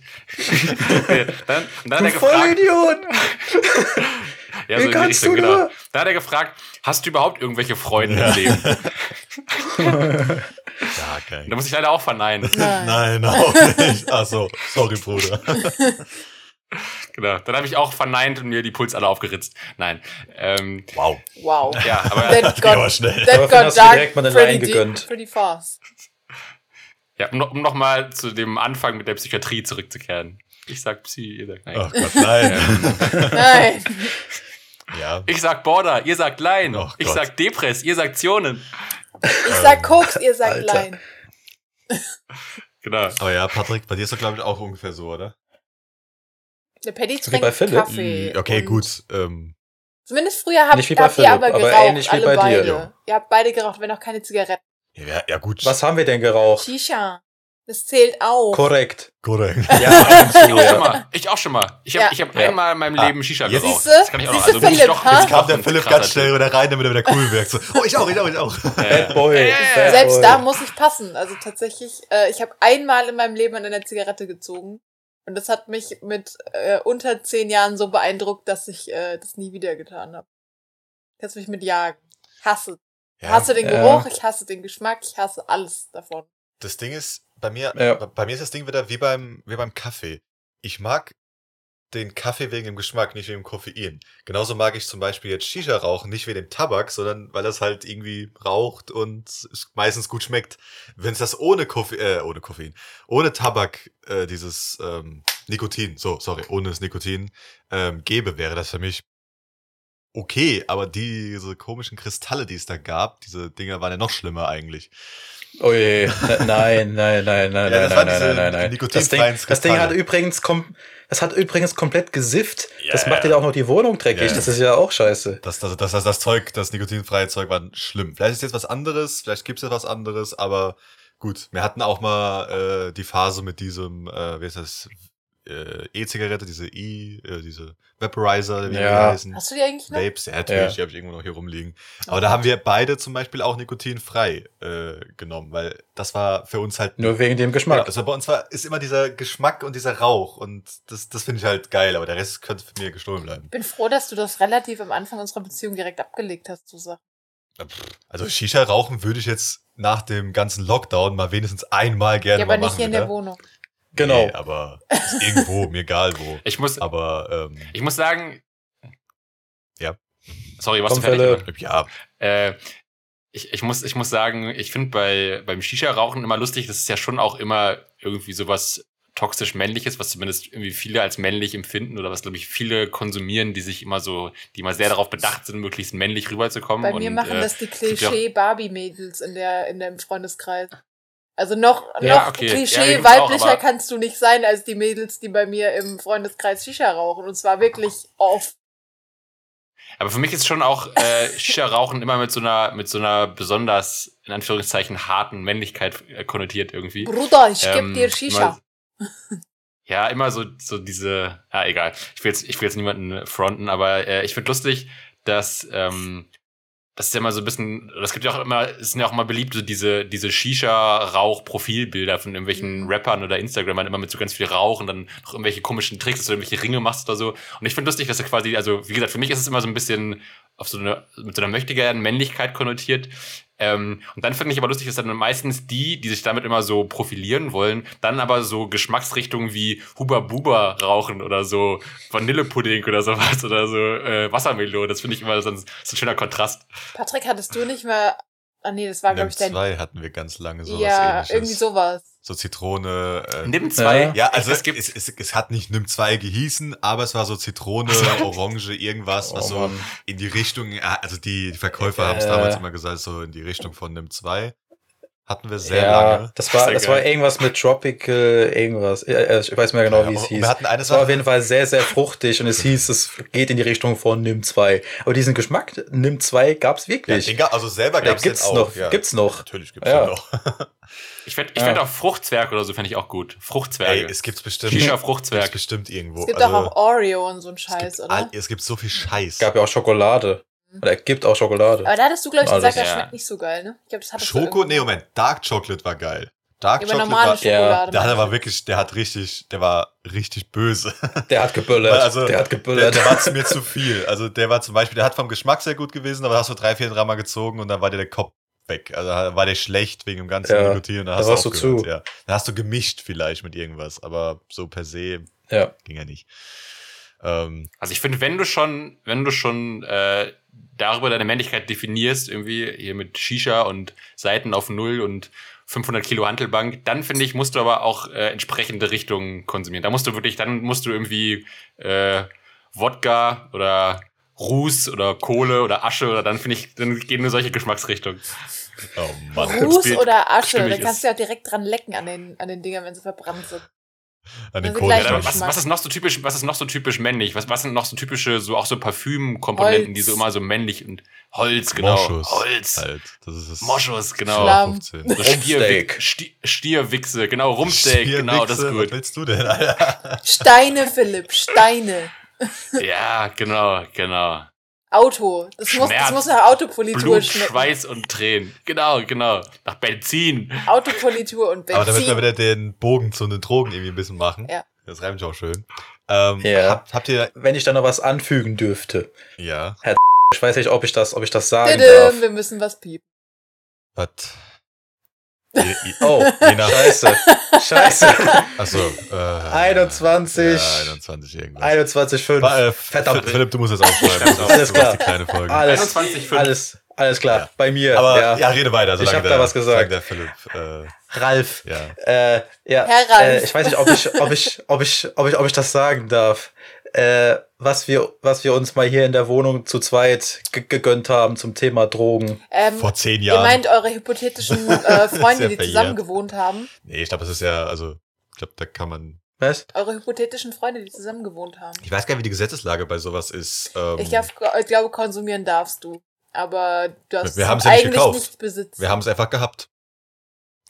[SPEAKER 1] dann, und dann hat
[SPEAKER 2] Du
[SPEAKER 1] er gefragt,
[SPEAKER 2] Vollidiot!
[SPEAKER 1] ja, so
[SPEAKER 2] wie
[SPEAKER 1] in die
[SPEAKER 2] kannst
[SPEAKER 1] Richtung,
[SPEAKER 2] du
[SPEAKER 1] genau.
[SPEAKER 2] nur?
[SPEAKER 1] Dann hat er gefragt, hast du überhaupt irgendwelche Freunde
[SPEAKER 3] Ja.
[SPEAKER 1] im Leben?
[SPEAKER 3] Ja,
[SPEAKER 1] Da
[SPEAKER 3] kein.
[SPEAKER 1] muss ich leider auch verneinen.
[SPEAKER 4] nein.
[SPEAKER 3] Nein, auch nicht. Ach so, sorry, Bruder.
[SPEAKER 1] Genau. Dann habe ich auch verneint und mir die Puls alle aufgeritzt. Nein. Ähm,
[SPEAKER 3] Wow,
[SPEAKER 4] Wow.
[SPEAKER 1] ja, aber
[SPEAKER 4] That
[SPEAKER 3] das ging aber
[SPEAKER 4] got,
[SPEAKER 3] schnell.
[SPEAKER 2] Daraufhin
[SPEAKER 4] that got
[SPEAKER 2] hast du
[SPEAKER 4] dark
[SPEAKER 2] direkt mal eine
[SPEAKER 4] pretty,
[SPEAKER 2] Line gegönnt.
[SPEAKER 4] deep, pretty fast.
[SPEAKER 1] Ja, um, noch- um nochmal zu dem Anfang mit der Psychiatrie zurückzukehren. Ich sag Psy, ihr sagt Nein.
[SPEAKER 3] Ach Gott, nein.
[SPEAKER 4] Nein.
[SPEAKER 3] Ja,
[SPEAKER 1] Ich sag Border, ihr sagt Lein.
[SPEAKER 3] Ach
[SPEAKER 1] ich
[SPEAKER 3] Gott.
[SPEAKER 1] sag Depress, ihr sagt Zionen.
[SPEAKER 4] Ich sag Koks, ihr sagt
[SPEAKER 2] Alter.
[SPEAKER 4] Line.
[SPEAKER 1] Genau.
[SPEAKER 3] aber ja, Patrick, bei dir ist doch, glaube ich, auch ungefähr so, oder?
[SPEAKER 4] Der Paddy
[SPEAKER 2] wie bei
[SPEAKER 4] trinkt
[SPEAKER 2] Philipp. Mm,
[SPEAKER 4] Kaffee.
[SPEAKER 3] Okay,
[SPEAKER 4] und-
[SPEAKER 3] gut. Ähm,
[SPEAKER 4] Zumindest früher habt,
[SPEAKER 2] Nicht wie bei
[SPEAKER 4] habt
[SPEAKER 2] Philipp,
[SPEAKER 4] ihr aber
[SPEAKER 2] aber
[SPEAKER 4] geraucht,
[SPEAKER 2] ähnlich wie
[SPEAKER 4] alle
[SPEAKER 2] bei dir.
[SPEAKER 4] beide.
[SPEAKER 3] Ja.
[SPEAKER 4] Ihr habt beide geraucht, wenn auch keine Zigaretten.
[SPEAKER 3] ja, ja, gut.
[SPEAKER 2] Was haben wir denn geraucht?
[SPEAKER 4] Shisha. Das zählt auch.
[SPEAKER 2] Korrekt.
[SPEAKER 3] Korrekt.
[SPEAKER 2] Ja,
[SPEAKER 1] Ich auch schon mal. Ich auch schon mal. Ich habe
[SPEAKER 4] Ja.
[SPEAKER 1] ich hab
[SPEAKER 2] Ja.
[SPEAKER 1] einmal in meinem
[SPEAKER 3] Ah,
[SPEAKER 1] Leben Shisha
[SPEAKER 3] jetzt-
[SPEAKER 1] geraucht.
[SPEAKER 4] Siehste?
[SPEAKER 1] Das kann ich auch noch.
[SPEAKER 4] Siehste,
[SPEAKER 1] Also bin ich
[SPEAKER 4] Philipp,
[SPEAKER 1] doch,
[SPEAKER 4] ha?
[SPEAKER 1] bin
[SPEAKER 3] Jetzt
[SPEAKER 1] ich
[SPEAKER 3] kam
[SPEAKER 1] doch
[SPEAKER 3] der
[SPEAKER 1] ein
[SPEAKER 3] Philipp
[SPEAKER 1] krasser
[SPEAKER 3] ganz schnell wieder rein, damit er wieder cool wirkt. So, oh, ich auch, ich auch, ich auch.
[SPEAKER 1] Typ.
[SPEAKER 2] Bad
[SPEAKER 1] Äh,
[SPEAKER 2] Boy. Bad
[SPEAKER 4] Selbst
[SPEAKER 2] Boy.
[SPEAKER 4] da muss ich passen. Also tatsächlich, äh, ich habe einmal in meinem Leben an einer Zigarette gezogen. Und das hat mich mit äh, unter zehn Jahren so beeindruckt, dass ich äh, das nie wieder getan habe. Kannst mich mit jagen. Hasse. hasse den
[SPEAKER 2] ja.
[SPEAKER 4] Geruch, ich hasse den Geschmack, ich hasse alles davon.
[SPEAKER 3] Das Ding ist, bei mir,
[SPEAKER 2] Ja.
[SPEAKER 3] bei- bei mir ist das Ding wieder wie beim, wie beim Kaffee. Ich mag den Kaffee wegen dem Geschmack, nicht wegen dem Koffein. Genauso mag ich zum Beispiel jetzt Shisha rauchen, nicht wegen dem Tabak, sondern weil das halt irgendwie raucht und es meistens gut schmeckt. Wenn es das ohne Koffein, äh, ohne Koffein, ohne Tabak, äh, dieses ähm, Nikotin, so, sorry, ohne das Nikotin ähm, gäbe, wäre das für mich okay. Aber diese komischen Kristalle, die es da gab, diese Dinger waren ja noch schlimmer eigentlich.
[SPEAKER 2] Oh je, ne- nein, nein, nein,
[SPEAKER 3] Ja,
[SPEAKER 2] nein, nein,
[SPEAKER 3] das
[SPEAKER 2] nein,
[SPEAKER 3] waren
[SPEAKER 2] nein,
[SPEAKER 3] diese
[SPEAKER 2] nein, nein. Das Ding,
[SPEAKER 3] nikotinfreien
[SPEAKER 2] das Ding hat
[SPEAKER 3] Kristalle.
[SPEAKER 2] übrigens, kom das hat übrigens komplett gesifft. Das
[SPEAKER 3] Ja.
[SPEAKER 2] macht dir auch noch die Wohnung dreckig.
[SPEAKER 3] Ja.
[SPEAKER 2] Das ist ja auch scheiße.
[SPEAKER 3] Das, das, das, das, das Zeug, das nikotinfreie Zeug war schlimm. Vielleicht ist jetzt was anderes, vielleicht gibt's jetzt was anderes, aber gut. Wir hatten auch mal äh, die Phase mit diesem, äh, wie heißt das, äh, E-Zigarette, diese E, äh, diese Vaporizer, wie
[SPEAKER 2] Ja.
[SPEAKER 3] die heißen.
[SPEAKER 4] Hast du die eigentlich noch?
[SPEAKER 3] Vapes, ja, natürlich, die habe ich irgendwo noch hier rumliegen. Aber da haben wir beide zum Beispiel auch nikotinfrei äh, genommen, weil das war für uns halt
[SPEAKER 2] Nur wegen dem
[SPEAKER 3] Genau,
[SPEAKER 2] Geschmack.
[SPEAKER 3] das war bei uns war, ist immer dieser Geschmack und dieser Rauch und das, das finde ich halt geil, aber der Rest könnte von mir gestohlen bleiben.
[SPEAKER 4] Ich bin froh, dass du das relativ am Anfang unserer Beziehung direkt abgelegt hast, Susa.
[SPEAKER 3] Also Shisha rauchen würde ich jetzt nach dem ganzen Lockdown mal wenigstens einmal gerne
[SPEAKER 4] Ja, aber
[SPEAKER 3] mal
[SPEAKER 4] nicht
[SPEAKER 3] machen.
[SPEAKER 4] hier in der
[SPEAKER 3] wieder.
[SPEAKER 4] Wohnung.
[SPEAKER 2] Genau.
[SPEAKER 3] Nee, aber ist irgendwo, mir egal wo.
[SPEAKER 1] Ich muss,
[SPEAKER 3] Aber ähm,
[SPEAKER 1] ich muss sagen.
[SPEAKER 3] Ja.
[SPEAKER 1] Sorry, warst du
[SPEAKER 2] Komm,
[SPEAKER 1] fertig?
[SPEAKER 2] Philipp.
[SPEAKER 1] oder?
[SPEAKER 3] ja,
[SPEAKER 1] Äh, ich, ich, muss, ich muss sagen, ich finde bei, beim Shisha-Rauchen immer lustig, das ist ja schon auch immer irgendwie sowas toxisch männliches, was zumindest irgendwie viele als männlich empfinden oder was, glaube ich, viele konsumieren, die sich immer so, die immer sehr darauf bedacht sind, möglichst männlich rüberzukommen.
[SPEAKER 4] Bei mir
[SPEAKER 1] und,
[SPEAKER 4] machen
[SPEAKER 1] äh,
[SPEAKER 4] das die
[SPEAKER 1] gibt ja auch-
[SPEAKER 4] Klischee-Barbie-Mädels in der, in dem Freundeskreis. Also noch,
[SPEAKER 1] Ja,
[SPEAKER 4] noch
[SPEAKER 1] okay. Ja, die
[SPEAKER 4] Klischee
[SPEAKER 1] gibt's auch,
[SPEAKER 4] weiblicher
[SPEAKER 1] aber-
[SPEAKER 4] kannst du nicht sein als die Mädels, die bei mir im Freundeskreis Shisha rauchen. Und zwar wirklich oft.
[SPEAKER 1] Aber für mich ist schon auch äh, Shisha-Rauchen immer mit so einer, mit so einer besonders, in Anführungszeichen, harten Männlichkeit äh, konnotiert irgendwie.
[SPEAKER 4] Bruder, ich geb
[SPEAKER 1] Ähm,
[SPEAKER 4] dir Shisha.
[SPEAKER 1] immer- ja, immer so, so diese, ah, egal. Ich will jetzt, ich will jetzt niemanden fronten, aber äh, ich find lustig, dass, ähm, das ist ja immer so ein bisschen, das gibt ja auch immer, es sind ja auch immer beliebt, so diese, diese Shisha-Rauch-Profilbilder von irgendwelchen
[SPEAKER 4] Mhm.
[SPEAKER 1] Rappern oder Instagramern, immer mit so ganz viel Rauch und dann noch irgendwelche komischen Tricks, dass du irgendwelche Ringe machst oder so. Und ich find lustig, dass du quasi, also wie gesagt, für mich ist es immer so ein bisschen auf so eine, mit so einer möchtegern Männlichkeit konnotiert. Ähm, und dann finde ich aber lustig, dass dann meistens die, die sich damit immer so profilieren wollen, dann aber so Geschmacksrichtungen wie Huba Buba rauchen oder so Vanillepudding oder sowas oder so äh, Wassermelone. Das finde ich immer so ein, so ein schöner Kontrast.
[SPEAKER 4] Patrick, hattest du nicht mehr. Ah, nee, das war,
[SPEAKER 3] Nimm
[SPEAKER 4] glaube ich, dein.
[SPEAKER 3] zwei hatten wir ganz lange sowas
[SPEAKER 4] ja,
[SPEAKER 3] ähnliches.
[SPEAKER 4] irgendwie sowas.
[SPEAKER 3] So Zitrone. Äh,
[SPEAKER 1] Nimm zwei.
[SPEAKER 2] Ja.
[SPEAKER 3] ja, also
[SPEAKER 1] Es
[SPEAKER 3] es,
[SPEAKER 1] gibt-
[SPEAKER 3] es, es, hat nicht Nimm 2 gehießen, aber es war so Zitrone, Orange, irgendwas, was so
[SPEAKER 2] Oh Mann.
[SPEAKER 3] in die Richtung, äh, also die, die Verkäufer haben es
[SPEAKER 2] Äh.
[SPEAKER 3] damals immer gesagt, so in die Richtung von Nimm 2. Hatten wir sehr
[SPEAKER 2] ja,
[SPEAKER 3] lange.
[SPEAKER 2] das war,
[SPEAKER 1] Sehr
[SPEAKER 2] das
[SPEAKER 1] geil.
[SPEAKER 2] war irgendwas mit Tropical, irgendwas. Ja, äh, Ich weiß nicht mehr genau, wie
[SPEAKER 3] Ja,
[SPEAKER 2] es
[SPEAKER 3] und
[SPEAKER 2] hieß.
[SPEAKER 3] Wir hatten eine
[SPEAKER 2] Es war auf
[SPEAKER 3] Sache,
[SPEAKER 2] jeden Fall sehr, sehr fruchtig und es hieß, es geht in die Richtung von Nimm 2. Aber diesen Geschmack Nimm 2 gab's
[SPEAKER 3] ja,
[SPEAKER 2] wirklich.
[SPEAKER 3] den ga- also selber
[SPEAKER 2] Ja,
[SPEAKER 3] gab es
[SPEAKER 2] gibt's
[SPEAKER 3] auch.
[SPEAKER 2] noch,
[SPEAKER 3] ja.
[SPEAKER 2] gibt's noch.
[SPEAKER 3] Natürlich gibt's
[SPEAKER 2] Ja.
[SPEAKER 3] den noch.
[SPEAKER 1] Ich fände ich fänd
[SPEAKER 2] Ja.
[SPEAKER 1] auch Fruchtzwerg oder so fände ich auch gut. Fruchtzwerge.
[SPEAKER 3] Ey, es gibt's bestimmt. gibt's
[SPEAKER 1] Shisha-Fruchtzwerg.
[SPEAKER 3] bestimmt irgendwo.
[SPEAKER 4] Es gibt
[SPEAKER 3] also,
[SPEAKER 4] doch auch Oreo und so ein
[SPEAKER 3] es gibt
[SPEAKER 4] Scheiß, oder?
[SPEAKER 3] all- Es gibt so viel Scheiß.
[SPEAKER 2] Gab ja auch Schokolade. Oder gibt auch Schokolade.
[SPEAKER 4] Aber da hattest du, glaube ich,
[SPEAKER 2] Alles.
[SPEAKER 4] gesagt, das
[SPEAKER 1] Ja.
[SPEAKER 4] schmeckt nicht so geil, ne? Ich glaube, das hattest
[SPEAKER 3] Schoko?
[SPEAKER 4] du.
[SPEAKER 3] Nee, Moment. Dark Chocolate war geil. Dark
[SPEAKER 4] Über
[SPEAKER 3] Chocolate
[SPEAKER 4] normale
[SPEAKER 3] war.
[SPEAKER 2] Ja,
[SPEAKER 4] Schokolade.
[SPEAKER 3] Der hat aber wirklich, der hat richtig, der war richtig böse.
[SPEAKER 2] Der hat geböllert.
[SPEAKER 3] Weil also,
[SPEAKER 2] der hat
[SPEAKER 3] Der,
[SPEAKER 2] geböllert.
[SPEAKER 3] der war zu mir zu viel. Also der war zum Beispiel, der hat vom Geschmack sehr gut gewesen, aber da hast du drei, vier, dreimal gezogen und dann war dir der Kopf weg. Also war der schlecht wegen dem ganzen
[SPEAKER 2] Ja,
[SPEAKER 3] Nikotin und da
[SPEAKER 2] da
[SPEAKER 3] hast
[SPEAKER 2] warst
[SPEAKER 3] du
[SPEAKER 2] du
[SPEAKER 3] aufgehört.
[SPEAKER 2] zu.
[SPEAKER 3] Ja. Dann hast du gemischt vielleicht mit irgendwas, aber so per se
[SPEAKER 2] Ja.
[SPEAKER 3] ging er nicht. Ähm,
[SPEAKER 1] Also ich finde, wenn du schon, wenn du schon äh, darüber deine Männlichkeit definierst, irgendwie hier mit Shisha und Seiten auf Null und 500 Kilo Hantelbank, dann finde ich, musst du aber auch äh, entsprechende Richtungen konsumieren. Da musst du wirklich, dann musst du irgendwie äh, Wodka oder Ruß oder Kohle oder Asche oder dann finde ich, dann gehen nur solche Geschmacksrichtungen.
[SPEAKER 3] oh Mann.
[SPEAKER 1] Ruhe.
[SPEAKER 4] Ruß
[SPEAKER 1] Bild
[SPEAKER 4] oder Asche, da
[SPEAKER 1] stimmig
[SPEAKER 4] kannst
[SPEAKER 1] ist.
[SPEAKER 4] du ja auch direkt dran lecken an den, an den Dingern, wenn sie verbrannt sind.
[SPEAKER 3] An den
[SPEAKER 4] Also gleich
[SPEAKER 1] Ja, dann,
[SPEAKER 4] Gleicher
[SPEAKER 1] was,
[SPEAKER 3] Kohlenstoffen.
[SPEAKER 4] Geschmack.
[SPEAKER 1] was ist noch so typisch, was ist noch so typisch männlich? Was, was sind noch so typische, so auch so Parfümkomponenten,
[SPEAKER 4] Holz.
[SPEAKER 1] die so immer so männlich und Holz, genau.
[SPEAKER 3] Moschus.
[SPEAKER 1] Holz.
[SPEAKER 3] Halt. Das ist das
[SPEAKER 1] Moschus, genau.
[SPEAKER 4] Schlamm.
[SPEAKER 3] 15.
[SPEAKER 1] So
[SPEAKER 2] Rumpsteak.
[SPEAKER 1] Stier, Sti- Stierwichse, genau, Rumpsteak, genau, das ist
[SPEAKER 3] Stierwichse, Was
[SPEAKER 1] gut.
[SPEAKER 3] willst du denn, Alter?
[SPEAKER 4] Steine, Philipp, Steine.
[SPEAKER 1] Ja, genau, genau.
[SPEAKER 4] Auto. Das muss,
[SPEAKER 1] Schmerz.
[SPEAKER 4] das muss nach Autopolitur
[SPEAKER 1] Blut,
[SPEAKER 4] schmecken.
[SPEAKER 1] Schweiß und Tränen. Genau, genau. Nach Benzin.
[SPEAKER 4] Autopolitur und
[SPEAKER 3] Aber damit wir
[SPEAKER 4] Benzin.
[SPEAKER 3] wieder den Bogen zu den Drogen irgendwie ein bisschen machen.
[SPEAKER 4] Ja.
[SPEAKER 3] Das reimt sich auch schön. Ähm,
[SPEAKER 2] Ja.
[SPEAKER 3] habt, habt ihr.
[SPEAKER 2] Wenn ich da noch was anfügen dürfte.
[SPEAKER 3] Ja.
[SPEAKER 2] Ich weiß nicht, ob ich das, ob ich das sagen
[SPEAKER 4] Didim,
[SPEAKER 2] darf.
[SPEAKER 4] wir müssen was piepen.
[SPEAKER 3] Was? Je, je,
[SPEAKER 2] Oh,
[SPEAKER 3] je nach.
[SPEAKER 2] scheiße. Scheiße.
[SPEAKER 3] Achso. Äh,
[SPEAKER 2] 21.
[SPEAKER 3] Ja, 21 irgendwas.
[SPEAKER 2] 21, 5.
[SPEAKER 3] Ba- äh,
[SPEAKER 2] Verdammt.
[SPEAKER 3] Phil- Philipp, du musst jetzt aufschreiben. das ist auch-
[SPEAKER 2] Alles
[SPEAKER 3] das ist die
[SPEAKER 2] klar.
[SPEAKER 3] kleine Folge.
[SPEAKER 2] Alles,
[SPEAKER 1] 21,5.
[SPEAKER 2] alles, alles klar.
[SPEAKER 3] Ja.
[SPEAKER 2] Bei mir.
[SPEAKER 3] Aber ja.
[SPEAKER 2] ja.
[SPEAKER 3] rede weiter.
[SPEAKER 2] Ich hab da
[SPEAKER 3] der-
[SPEAKER 2] was gesagt.
[SPEAKER 3] solange Der Philipp, äh,
[SPEAKER 2] Ralf.
[SPEAKER 3] ja.
[SPEAKER 2] Äh, ja.
[SPEAKER 4] Herr Ralf.
[SPEAKER 2] Äh, ich weiß nicht, ob ich, ob ich, ob ich, ob ich, ob ich das sagen darf. Äh, was wir, was wir uns mal hier in der Wohnung zu zweit ge gegönnt haben zum Thema Drogen.
[SPEAKER 4] Ähm,
[SPEAKER 3] Vor zehn
[SPEAKER 4] ihr
[SPEAKER 3] Jahren.
[SPEAKER 4] meint eure hypothetischen äh,
[SPEAKER 3] Sehr
[SPEAKER 4] Freunde, die
[SPEAKER 3] verjährt.
[SPEAKER 4] zusammen gewohnt haben.
[SPEAKER 3] nee, ich glaube, das ist ja. Also, ich glaube, da kann man.
[SPEAKER 2] Weißt?
[SPEAKER 4] Eure hypothetischen Freunde, die zusammen gewohnt haben.
[SPEAKER 3] Ich weiß gar nicht, wie die Gesetzeslage bei sowas ist. Ähm,
[SPEAKER 4] Ich, glaub, ich glaube, konsumieren darfst du. Aber du hast
[SPEAKER 3] Wir haben's ja nicht
[SPEAKER 4] eigentlich
[SPEAKER 3] gekauft.
[SPEAKER 4] nichts besitzt.
[SPEAKER 3] Wir haben es einfach gehabt.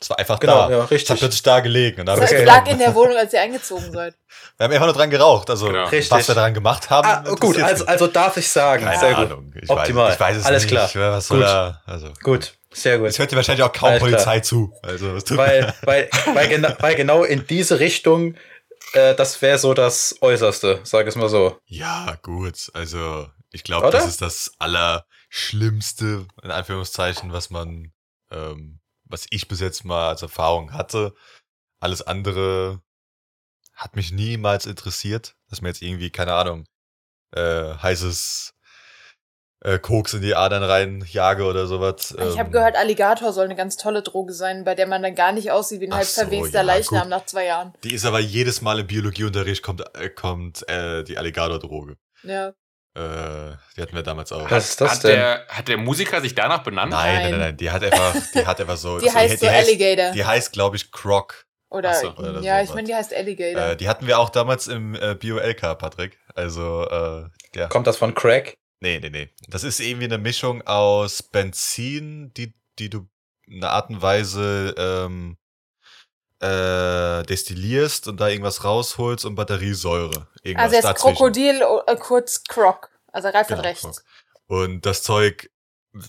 [SPEAKER 3] Es war einfach
[SPEAKER 2] Genau,
[SPEAKER 3] da.
[SPEAKER 2] ja,
[SPEAKER 3] Es hat
[SPEAKER 2] richtig.
[SPEAKER 3] plötzlich da gelegen. Und da hab
[SPEAKER 4] das
[SPEAKER 3] ich
[SPEAKER 4] heißt,
[SPEAKER 2] Okay.
[SPEAKER 4] Also, es
[SPEAKER 3] gedacht,
[SPEAKER 4] lag in der Wohnung, als ihr eingezogen seid.
[SPEAKER 3] wir haben einfach nur dran geraucht. Also
[SPEAKER 1] Genau.
[SPEAKER 3] was
[SPEAKER 2] Richtig.
[SPEAKER 3] wir daran gemacht haben.
[SPEAKER 2] Ah, gut,
[SPEAKER 3] interessiert
[SPEAKER 2] also,
[SPEAKER 3] mich.
[SPEAKER 2] also darf ich sagen.
[SPEAKER 3] keine
[SPEAKER 2] Sehr gut.
[SPEAKER 3] Ahnung. Ich
[SPEAKER 2] Optimal.
[SPEAKER 3] Weiß, ich weiß es
[SPEAKER 2] Alles
[SPEAKER 3] nicht.
[SPEAKER 2] klar.
[SPEAKER 3] Was soll
[SPEAKER 2] Gut.
[SPEAKER 3] da, also,
[SPEAKER 2] Gut, sehr
[SPEAKER 3] Es
[SPEAKER 2] gut.
[SPEAKER 3] hört dir wahrscheinlich auch kaum
[SPEAKER 2] Alles klar.
[SPEAKER 3] Polizei zu. Also es tut
[SPEAKER 2] Weil, weil, weil, gena weil genau in diese Richtung, äh, das wäre so das Äußerste, sag es mal so.
[SPEAKER 3] Ja, gut. Also, ich glaube,
[SPEAKER 2] Oder?
[SPEAKER 3] das ist das Allerschlimmste, in Anführungszeichen, was man, ähm, was ich bis jetzt mal als Erfahrung hatte. Alles andere hat mich niemals interessiert, dass mir jetzt irgendwie, keine Ahnung, äh, heißes äh, Koks in die Adern reinjage oder sowas.
[SPEAKER 4] ich habe
[SPEAKER 3] ähm,
[SPEAKER 4] gehört, Alligator soll eine ganz tolle Droge sein, bei der man dann gar nicht aussieht wie ein
[SPEAKER 3] Ach
[SPEAKER 4] halb
[SPEAKER 3] so,
[SPEAKER 4] verwester
[SPEAKER 3] ja,
[SPEAKER 4] Leichnam
[SPEAKER 3] gut.
[SPEAKER 4] nach zwei Jahren.
[SPEAKER 3] Die ist aber jedes Mal im Biologieunterricht kommt, äh, kommt äh, die Alligator-Droge.
[SPEAKER 4] Ja.
[SPEAKER 3] Äh, die hatten wir damals auch.
[SPEAKER 2] Was ist das
[SPEAKER 1] hat,
[SPEAKER 2] denn?
[SPEAKER 1] der, hat der Musiker sich danach benannt?
[SPEAKER 3] Nein, nein,
[SPEAKER 4] Nein.
[SPEAKER 3] nein, nein, die hat einfach, die hat einfach so.
[SPEAKER 4] Die heißt so Alligator.
[SPEAKER 3] Die heißt, glaube ich, Croc.
[SPEAKER 4] oder,
[SPEAKER 1] Ach so,
[SPEAKER 3] oder
[SPEAKER 4] ja,
[SPEAKER 3] sowas.
[SPEAKER 4] ich meine, die heißt Alligator.
[SPEAKER 3] Äh, die hatten wir auch damals im äh, Bio-LK, Patrick. Also, äh, ja.
[SPEAKER 2] Kommt das von Crack?
[SPEAKER 3] Nee, nee, nee. Das ist irgendwie eine Mischung aus Benzin, die, die du in einer Art und Weise ähm, äh, destillierst und da irgendwas rausholst und Batteriesäure. Irgendwas
[SPEAKER 4] Also er ist
[SPEAKER 3] dazwischen.
[SPEAKER 4] Krokodil, äh, kurz Croc. Also Ralf hat
[SPEAKER 3] ne? Genau,
[SPEAKER 4] recht.
[SPEAKER 3] Quark. Und das Zeug,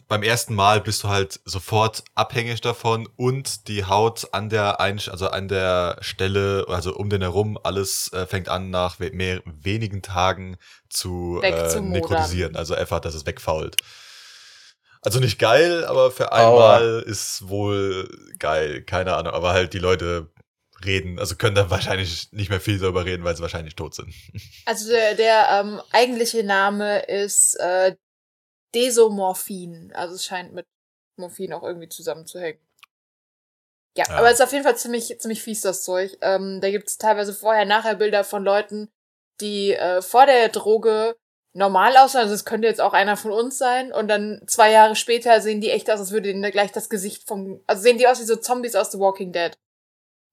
[SPEAKER 3] beim ersten Mal bist du halt sofort abhängig davon und die Haut an der, Einsch also an der Stelle, also um den herum, alles äh, fängt an nach we mehr, wenigen Tagen zu äh,
[SPEAKER 4] Wegzumodern.
[SPEAKER 3] nekrotisieren. Also einfach, dass es wegfault. Also nicht geil, aber für einmal ist wohl geil, keine Ahnung. Aber halt die Leute reden, also können dann wahrscheinlich nicht mehr viel darüber reden, weil sie wahrscheinlich tot sind.
[SPEAKER 4] Also der, der ähm, eigentliche Name ist äh, Desomorphin. Also es scheint mit Morphin auch irgendwie zusammenzuhängen. Ja,
[SPEAKER 3] Ja.
[SPEAKER 4] aber es ist auf jeden Fall ziemlich, ziemlich fies, das Zeug. Ähm, da gibt es teilweise vorher-nachher-Bilder von Leuten, die äh, vor der Droge normal aussehen. Also es könnte jetzt auch einer von uns sein. Und dann zwei Jahre später sehen die echt aus, als würde denen gleich das Gesicht vom... Also sehen die aus wie so Zombies aus The Walking Dead.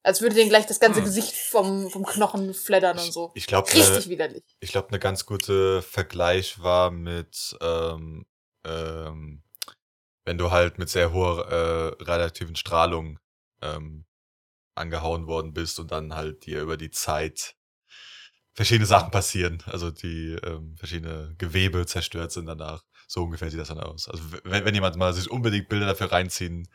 [SPEAKER 4] Als würde denen gleich das ganze
[SPEAKER 1] Hm.
[SPEAKER 4] Gesicht vom, vom Knochen fleddern und so.
[SPEAKER 3] Ich, äh, ich glaube,
[SPEAKER 4] Richtig widerlich.
[SPEAKER 3] ich glaube, eine ganz gute Vergleich war mit, ähm, ähm, wenn du halt mit sehr hoher äh, radioaktiven Strahlung ähm, angehauen worden bist und dann halt dir über die Zeit verschiedene Sachen passieren, also die ähm, verschiedene Gewebe zerstört sind danach. So ungefähr sieht das dann aus. Also w- wenn, wenn jemand mal sich unbedingt Bilder dafür reinziehen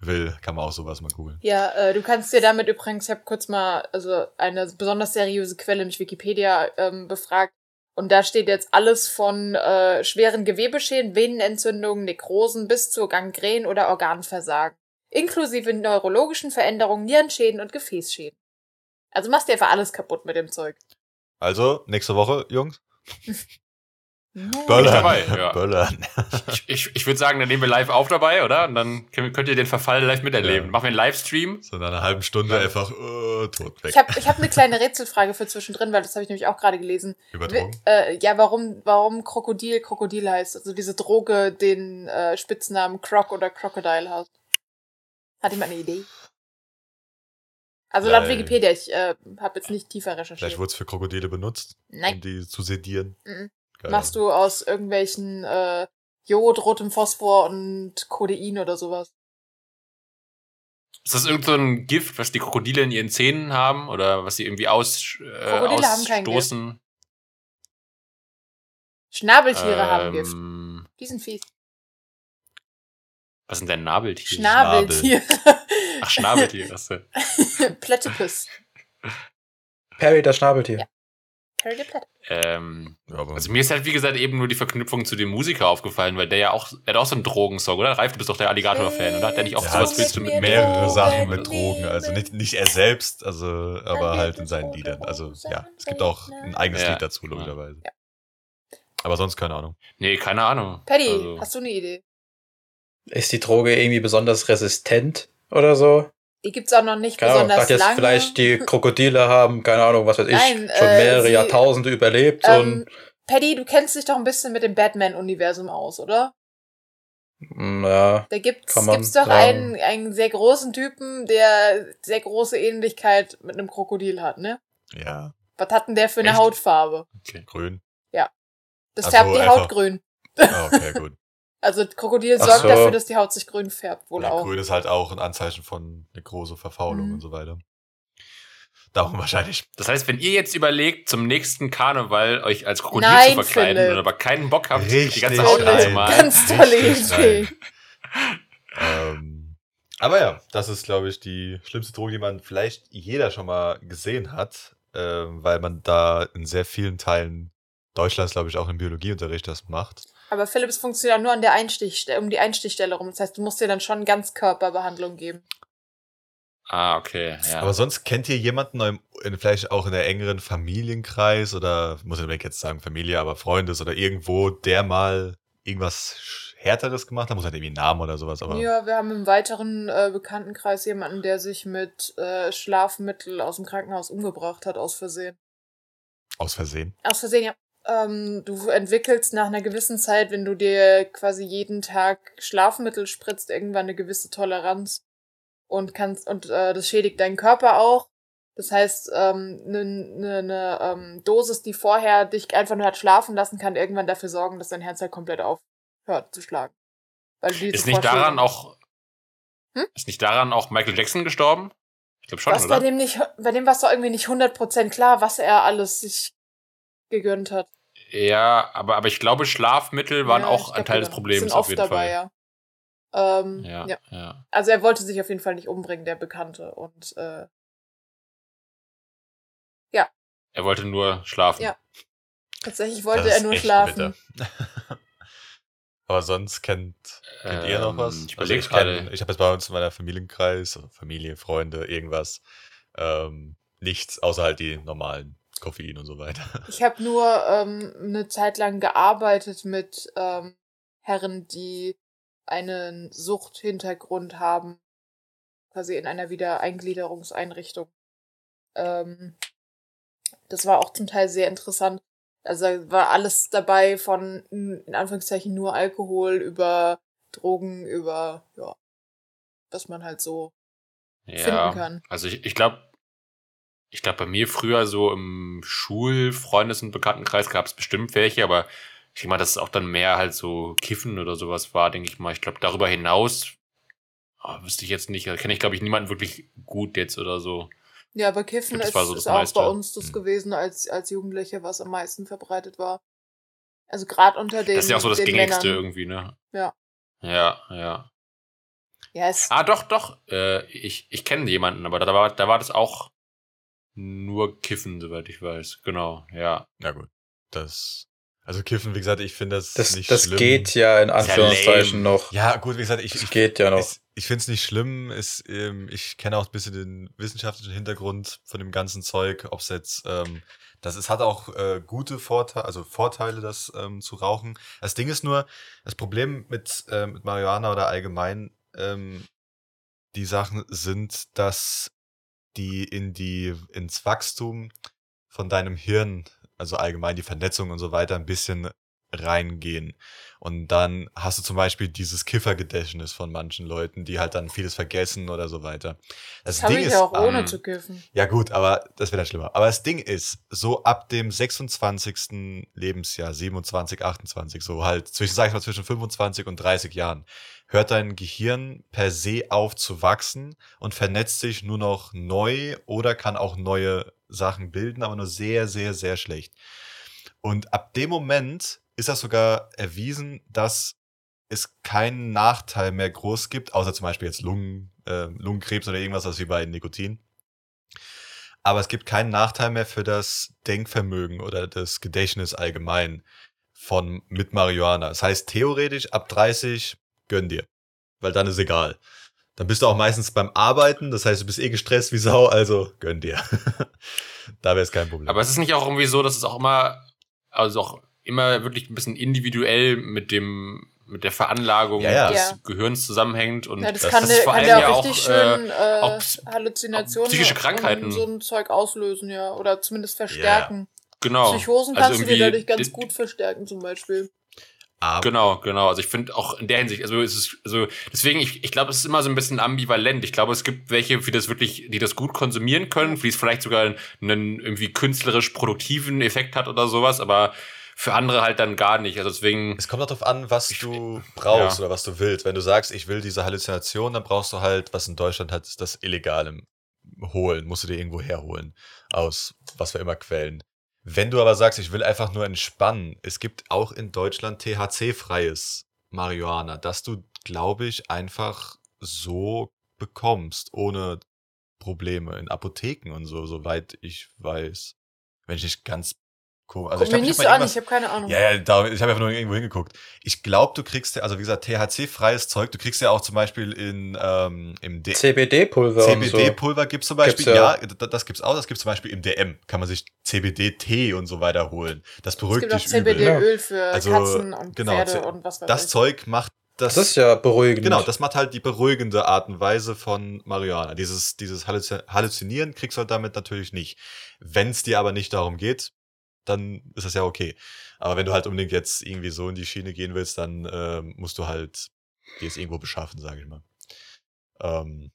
[SPEAKER 3] will, kann man auch sowas mal googeln.
[SPEAKER 4] Ja, äh, du kannst dir damit übrigens, ich habe kurz mal also eine besonders seriöse Quelle, nämlich Wikipedia, ähm, befragt. Und da steht jetzt alles von äh, schweren Gewebeschäden, Venenentzündungen, Nekrosen bis zu Gangrenen oder Organversagen. Inklusive neurologischen Veränderungen, Nierenschäden und Gefäßschäden. Also machst dir einfach alles kaputt mit dem Zeug.
[SPEAKER 3] Also, nächste Woche, Jungs.
[SPEAKER 1] Bin ich
[SPEAKER 3] Böllern.
[SPEAKER 1] dabei, ja.
[SPEAKER 3] Böllern.
[SPEAKER 1] Ich, ich, ich würde sagen, dann nehmen wir live auf dabei, oder? Und dann könnt könnt ihr den Verfall live miterleben.
[SPEAKER 3] Ja.
[SPEAKER 1] Machen wir einen Livestream.
[SPEAKER 3] So in einer halben Stunde einfach äh, tot weg.
[SPEAKER 4] Ich habe ich hab eine kleine Rätselfrage für zwischendrin, weil das habe ich nämlich auch gerade gelesen.
[SPEAKER 3] Übertragen.
[SPEAKER 4] Wi- Äh, ja, warum, warum Krokodil Krokodil heißt. Also diese Droge, den äh, Spitznamen Croc oder Crocodile hat. Hat jemand eine Idee? Also laut
[SPEAKER 3] Nein.
[SPEAKER 4] Wikipedia, ich äh, habe jetzt nicht tiefer recherchiert.
[SPEAKER 3] Vielleicht wurde es für Krokodile benutzt, um
[SPEAKER 4] Nein,
[SPEAKER 3] die zu sedieren.
[SPEAKER 4] Mhm.
[SPEAKER 3] Geil.
[SPEAKER 4] machst du aus irgendwelchen äh, Jod, rotem Phosphor und Codein oder sowas.
[SPEAKER 1] Ist das irgend so ein Gift, was die Krokodile in ihren Zähnen haben? Oder was sie irgendwie aus, äh,
[SPEAKER 4] Krokodile haben kein
[SPEAKER 1] ausstoßen?
[SPEAKER 4] Schnabeltiere haben
[SPEAKER 1] ähm,
[SPEAKER 4] Gift. Die sind fies.
[SPEAKER 1] Was sind denn Nabeltiere?
[SPEAKER 4] Schnabeltiere.
[SPEAKER 1] Ach, Schnabeltiere. Achso.
[SPEAKER 4] Platypus.
[SPEAKER 2] Perry, das Schnabeltier.
[SPEAKER 4] Ja. Carry the Platypus.
[SPEAKER 1] Ähm,
[SPEAKER 3] Ja, aber
[SPEAKER 1] also mir ist halt, wie gesagt, eben nur die Verknüpfung zu dem Musiker aufgefallen, weil der ja auch, der hat auch so einen Drogensong, oder? Ralf, du bist doch der Alligator-Fan, oder? Hat der nicht auch
[SPEAKER 3] Ja,
[SPEAKER 1] sowas
[SPEAKER 3] das
[SPEAKER 1] willst du mit
[SPEAKER 4] mit
[SPEAKER 1] mehr?
[SPEAKER 3] mehrere
[SPEAKER 4] Drogen
[SPEAKER 3] Sachen mit
[SPEAKER 4] nehmen.
[SPEAKER 3] Drogen, also nicht, nicht er selbst, also aber halt in seinen Liedern. Also ja, es gibt auch ein eigenes
[SPEAKER 1] Ja.
[SPEAKER 3] Lied dazu, logischerweise. Aber sonst keine Ahnung.
[SPEAKER 1] Nee, keine Ahnung.
[SPEAKER 4] Paddy,
[SPEAKER 1] Also-
[SPEAKER 4] hast du eine Idee?
[SPEAKER 2] Ist die Droge irgendwie besonders resistent oder so?
[SPEAKER 4] Die gibt's auch noch nicht
[SPEAKER 2] Keine Ahnung, ich
[SPEAKER 4] besonders
[SPEAKER 2] dachte jetzt
[SPEAKER 4] lange.
[SPEAKER 2] vielleicht, die Krokodile haben, keine Ahnung, was weiß ich,
[SPEAKER 4] Nein,
[SPEAKER 2] schon
[SPEAKER 4] äh,
[SPEAKER 2] mehrere
[SPEAKER 4] sie-
[SPEAKER 2] Jahrtausende überlebt
[SPEAKER 4] Ähm, Paddy, du kennst dich doch ein bisschen mit dem Batman-Universum aus, oder?
[SPEAKER 2] und, hm, ja,
[SPEAKER 4] Da gibt's,
[SPEAKER 2] Kann man
[SPEAKER 4] gibt's doch
[SPEAKER 2] sagen.
[SPEAKER 4] einen, einen sehr großen Typen, der sehr große Ähnlichkeit mit einem Krokodil hat, ne?
[SPEAKER 3] Ja,
[SPEAKER 4] Was hat denn der für eine
[SPEAKER 1] Echt?
[SPEAKER 4] Hautfarbe?
[SPEAKER 3] grün.
[SPEAKER 4] Das
[SPEAKER 3] Ach
[SPEAKER 4] färbt
[SPEAKER 3] so,
[SPEAKER 4] die
[SPEAKER 3] einfach.
[SPEAKER 4] Haut grün.
[SPEAKER 3] Ah, okay, gut.
[SPEAKER 4] Also Krokodil
[SPEAKER 2] Ach
[SPEAKER 4] sorgt
[SPEAKER 2] so.
[SPEAKER 4] dafür, dass die Haut sich grün färbt, wohl
[SPEAKER 3] Ja,
[SPEAKER 4] auch.
[SPEAKER 3] Grün ist halt auch ein Anzeichen von eine große Verfaulung
[SPEAKER 4] Mhm.
[SPEAKER 3] und so weiter. Darum wahrscheinlich.
[SPEAKER 1] Das heißt, wenn ihr jetzt überlegt, zum nächsten Karneval euch als Krokodil
[SPEAKER 4] Nein,
[SPEAKER 1] zu verkleiden
[SPEAKER 4] Philipp.
[SPEAKER 1] oder aber keinen Bock habt, die
[SPEAKER 3] Richtig,
[SPEAKER 1] ganze Haut
[SPEAKER 4] Philipp,
[SPEAKER 1] anzumalen.
[SPEAKER 4] Ganz tolle
[SPEAKER 3] Richtig,
[SPEAKER 4] Idee.
[SPEAKER 3] Ähm, aber ja, das ist, glaube ich, die schlimmste Droge, die man vielleicht jeder schon mal gesehen hat, ähm, weil man da in sehr vielen Teilen Deutschlands, glaube ich, auch im Biologieunterricht das macht.
[SPEAKER 4] Aber Philipp, es funktioniert auch nur an der Einstichstelle, um die Einstichstelle rum. Das heißt, du musst dir dann schon Ganzkörperbehandlung geben.
[SPEAKER 1] Ah, okay. Ja.
[SPEAKER 3] Aber sonst kennt ihr jemanden, im, in, vielleicht auch in der engeren Familienkreis oder, muss ich nicht jetzt sagen Familie, aber Freundes oder irgendwo, der mal irgendwas Sch- Härteres gemacht hat, muss halt irgendwie einen Namen oder sowas, aber
[SPEAKER 4] Ja, wir haben im weiteren äh, Bekanntenkreis jemanden, der sich mit äh, Schlafmittel aus dem Krankenhaus umgebracht hat, aus Versehen.
[SPEAKER 3] aus Versehen.
[SPEAKER 4] Aus Versehen, ja. Ähm, du entwickelst nach einer gewissen Zeit, wenn du dir quasi jeden Tag Schlafmittel spritzt, irgendwann eine gewisse Toleranz und kannst und äh, das schädigt deinen Körper auch. Das heißt, eine ähm, ne, ne, ne, ähm, Dosis, die vorher dich einfach nur hat schlafen lassen, kann irgendwann dafür sorgen, dass dein Herz halt komplett aufhört zu schlagen. Weil du die
[SPEAKER 1] Ist
[SPEAKER 4] zuvor
[SPEAKER 1] nicht
[SPEAKER 4] schon-
[SPEAKER 1] daran auch.
[SPEAKER 4] Hm?
[SPEAKER 1] Ist nicht daran auch Michael Jackson gestorben? Ich glaube schon,
[SPEAKER 4] Was bei
[SPEAKER 1] oder?
[SPEAKER 4] dem nicht, bei dem war es doch irgendwie nicht 100% klar, was er alles sich gegönnt hat.
[SPEAKER 1] Ja, aber, aber ich glaube, Schlafmittel waren
[SPEAKER 4] Ja, ich
[SPEAKER 1] auch
[SPEAKER 4] glaub,
[SPEAKER 1] ein Teil
[SPEAKER 4] die
[SPEAKER 1] des
[SPEAKER 4] waren-
[SPEAKER 1] Problems
[SPEAKER 4] sind
[SPEAKER 1] auf
[SPEAKER 4] oft
[SPEAKER 1] jeden Fall.
[SPEAKER 4] Ja. Ähm,
[SPEAKER 1] Ja,
[SPEAKER 4] ja.
[SPEAKER 1] ja. ja.
[SPEAKER 4] Also er wollte sich auf jeden Fall nicht umbringen, der Bekannte. Und äh,
[SPEAKER 1] Er wollte nur schlafen.
[SPEAKER 4] Ja. tatsächlich wollte
[SPEAKER 3] Das
[SPEAKER 4] er
[SPEAKER 3] ist
[SPEAKER 4] nur
[SPEAKER 3] echt
[SPEAKER 4] schlafen.
[SPEAKER 3] bitter. Aber sonst kennt, kennt ihr noch was?
[SPEAKER 1] Ähm, Ich
[SPEAKER 3] Also
[SPEAKER 1] überlege
[SPEAKER 3] ich kenn-
[SPEAKER 1] gerade.
[SPEAKER 3] Ich habe jetzt bei uns in meiner Familienkreis, also Familie, Freunde, irgendwas. Ähm, nichts, außer halt die normalen Koffein und so weiter.
[SPEAKER 4] Ich habe nur ähm, eine Zeit lang gearbeitet mit ähm, Herren, die einen Suchthintergrund haben, quasi in einer Wiedereingliederungseinrichtung. Ähm, das war auch zum Teil sehr interessant. Also da war alles dabei von n- in Anführungszeichen nur Alkohol über Drogen, über ja, was man halt so finden
[SPEAKER 1] Ja.
[SPEAKER 4] kann.
[SPEAKER 1] Also ich, ich glaube, ich glaube, bei mir früher so im Schulfreundes- und Bekanntenkreis gab es bestimmt welche, aber ich denke mal, dass es auch dann mehr halt so Kiffen oder sowas war, denke ich mal. Ich glaube, darüber hinaus ah, wüsste ich jetzt nicht. Kenne ich, glaube ich, niemanden wirklich gut jetzt oder so.
[SPEAKER 4] Ja, aber Kiffen
[SPEAKER 1] Das
[SPEAKER 4] ist,
[SPEAKER 1] war so das
[SPEAKER 4] ist auch
[SPEAKER 1] meiste. Hm.
[SPEAKER 4] bei uns das
[SPEAKER 3] Mhm.
[SPEAKER 4] gewesen als, als Jugendliche, was am meisten verbreitet war. Also gerade unter den
[SPEAKER 1] das ist ja auch so das
[SPEAKER 4] den
[SPEAKER 1] Gängigste
[SPEAKER 4] Männern.
[SPEAKER 1] irgendwie, ne?
[SPEAKER 4] Ja.
[SPEAKER 1] Ja, ja.
[SPEAKER 4] Ja, es,
[SPEAKER 1] Ah, doch, doch. Äh, ich ich kenne jemanden, aber da war, da war das auch nur Kiffen, soweit ich weiß. Genau, ja.
[SPEAKER 3] Na gut. Das. Also Kiffen, wie gesagt, ich finde das,
[SPEAKER 2] Das,
[SPEAKER 3] nicht
[SPEAKER 2] das
[SPEAKER 3] schlimm.
[SPEAKER 2] geht ja in
[SPEAKER 1] Ist ja lame.
[SPEAKER 2] Anführungszeichen noch.
[SPEAKER 3] Ja, gut, wie gesagt, ich,
[SPEAKER 2] Das
[SPEAKER 3] ich,
[SPEAKER 2] geht ja noch.
[SPEAKER 3] ich, ich finde es nicht schlimm. Ist, ähm, ich kenne auch ein bisschen den wissenschaftlichen Hintergrund von dem ganzen Zeug, ob es jetzt, ähm, das ist, hat auch äh, gute Vorteile, also Vorteile, das ähm, zu rauchen. Das Ding ist nur, das Problem mit, äh, mit Marihuana oder allgemein, ähm, die Sachen sind, dass die in die, ins Wachstum von deinem Hirn, also allgemein die Vernetzung und so weiter, ein bisschen reingehen. Und dann hast du zum Beispiel dieses Kiffergedächtnis von manchen Leuten, die halt dann vieles vergessen oder so weiter. Das,
[SPEAKER 4] das habe
[SPEAKER 3] Ding
[SPEAKER 4] ich
[SPEAKER 3] ist,
[SPEAKER 4] ja auch
[SPEAKER 1] ähm,
[SPEAKER 4] ohne zu kiffen.
[SPEAKER 3] ja gut, aber das wäre dann schlimmer. Aber das Ding ist, so ab dem 26. Lebensjahr, 27, 28, so halt zwischen, sag ich mal, zwischen 25 und 30 Jahren, hört dein Gehirn per se auf zu wachsen und vernetzt sich nur noch neu oder kann auch neue Sachen bilden, aber nur sehr, sehr, sehr schlecht. Und ab dem Moment ist das sogar erwiesen, dass es keinen Nachteil mehr groß gibt, außer zum Beispiel jetzt Lungen, äh, Lungenkrebs oder irgendwas, das wie bei Nikotin. Aber es gibt keinen Nachteil mehr für das Denkvermögen oder das Gedächtnis allgemein von mit Marihuana. Das heißt, theoretisch ab 30 gönn dir, weil dann ist egal. Dann bist du auch meistens beim Arbeiten, das heißt, du bist eh gestresst wie Sau, also gönn dir. da wäre es kein Problem.
[SPEAKER 1] Aber es ist nicht auch irgendwie so, dass es auch immer, also auch immer wirklich ein bisschen individuell mit dem, mit der Veranlagung
[SPEAKER 3] Ja, ja.
[SPEAKER 1] des
[SPEAKER 4] Ja.
[SPEAKER 1] Gehirns zusammenhängt und
[SPEAKER 4] Ja, das,
[SPEAKER 3] das
[SPEAKER 4] kann,
[SPEAKER 3] ist
[SPEAKER 4] dir-
[SPEAKER 1] hm, vor
[SPEAKER 4] kann
[SPEAKER 1] allem
[SPEAKER 4] ja
[SPEAKER 1] ja
[SPEAKER 4] auch
[SPEAKER 1] auch,
[SPEAKER 4] richtig
[SPEAKER 1] äh,
[SPEAKER 4] schön äh,
[SPEAKER 1] auch ps-
[SPEAKER 4] Halluzinationen
[SPEAKER 1] auch psychische
[SPEAKER 4] und
[SPEAKER 1] Krankheiten.
[SPEAKER 4] so ein Zeug auslösen, ja. Oder zumindest verstärken.
[SPEAKER 1] genau.
[SPEAKER 4] Psychosen
[SPEAKER 1] Also
[SPEAKER 4] kannst du dir
[SPEAKER 1] irgendwie
[SPEAKER 4] dadurch ganz
[SPEAKER 1] di-
[SPEAKER 4] gut verstärken, zum Beispiel.
[SPEAKER 3] Aber-
[SPEAKER 1] Genau, genau. Also ich finde auch in der Hinsicht, also es ist, also deswegen, ich, ich glaube, es ist immer so ein bisschen ambivalent. Ich glaube, es gibt welche, für das wirklich, die das gut konsumieren können, für die es vielleicht sogar einen irgendwie künstlerisch produktiven Effekt hat oder sowas, aber für andere halt dann gar nicht. Also deswegen,
[SPEAKER 3] Es kommt auch darauf an, was
[SPEAKER 1] Ich-
[SPEAKER 3] du brauchst
[SPEAKER 1] ja.
[SPEAKER 3] oder was du willst. Wenn du sagst, ich will diese Halluzination, dann brauchst du halt, was in Deutschland hat, ist das Illegale holen, musst du dir irgendwo herholen, aus was wir immer quellen. Wenn du aber sagst, ich will einfach nur entspannen, es gibt auch in Deutschland THC-freies Marihuana, das du, glaube ich, einfach so bekommst, ohne Probleme in Apotheken und so, soweit ich weiß. Wenn ich nicht ganz komisch.
[SPEAKER 1] Also
[SPEAKER 4] Guck mir
[SPEAKER 3] ich
[SPEAKER 4] nicht
[SPEAKER 3] hab
[SPEAKER 4] so
[SPEAKER 3] mal
[SPEAKER 4] an,
[SPEAKER 3] irgendwas-
[SPEAKER 4] ich habe keine Ahnung.
[SPEAKER 3] ja, ja, da, ich habe einfach nur irgendwo hingeguckt. Ich glaube, du kriegst ja, also wie gesagt, THC-freies Zeug, du kriegst ja auch zum Beispiel in, ähm, im D
[SPEAKER 2] CBD-Pulver und so.
[SPEAKER 3] CBD-Pulver gibt's zum Beispiel,
[SPEAKER 2] Gibt's ja.
[SPEAKER 3] ja, d- das gibt's auch, das gibt's zum Beispiel im DM, kann man sich CBD-Tee und so weiter holen. Das
[SPEAKER 4] es
[SPEAKER 3] beruhigt
[SPEAKER 4] gibt auch
[SPEAKER 3] dich übel.
[SPEAKER 1] genau.
[SPEAKER 4] CBD-Öl für
[SPEAKER 3] Also,
[SPEAKER 4] Katzen und
[SPEAKER 3] genau,
[SPEAKER 4] Pferde
[SPEAKER 3] C-
[SPEAKER 4] und was weiß
[SPEAKER 3] Das
[SPEAKER 4] ich.
[SPEAKER 3] Zeug macht das,
[SPEAKER 2] Das ist ja beruhigend.
[SPEAKER 3] Genau, das macht halt die beruhigende Art und Weise von Marihuana. Dieses, dieses Halluzin- Halluzinieren kriegst du halt damit natürlich nicht. Wenn es dir aber nicht darum geht, dann ist das ja okay. Aber wenn du halt unbedingt jetzt irgendwie so in die Schiene gehen willst, dann ähm, musst du halt dir es irgendwo beschaffen, sage ich mal. Ähm,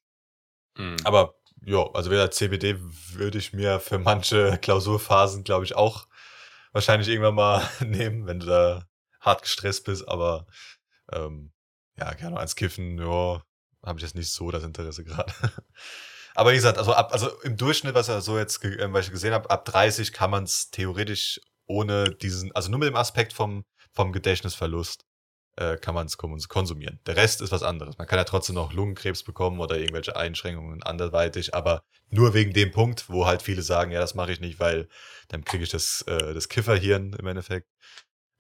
[SPEAKER 1] Mhm.
[SPEAKER 3] Aber ja, also weder CBD würde ich mir für manche Klausurphasen, glaube ich, auch wahrscheinlich irgendwann mal nehmen, wenn du da hart gestresst bist. Aber ähm, ja, gerne ans Kiffen, ja, habe ich jetzt nicht so das Interesse gerade. Aber wie gesagt, also ab, also im Durchschnitt, was, er so jetzt, ge- äh, was ich gesehen habe, ab 30 kann man es theoretisch ohne diesen, also nur mit dem Aspekt vom, vom Gedächtnisverlust äh, kann man es konsumieren. Der Rest ist was anderes. Man kann ja trotzdem noch Lungenkrebs bekommen oder irgendwelche Einschränkungen anderweitig, aber nur wegen dem Punkt, wo halt viele sagen, ja, das mache ich nicht, weil dann kriege ich das, äh, das Kifferhirn im Endeffekt.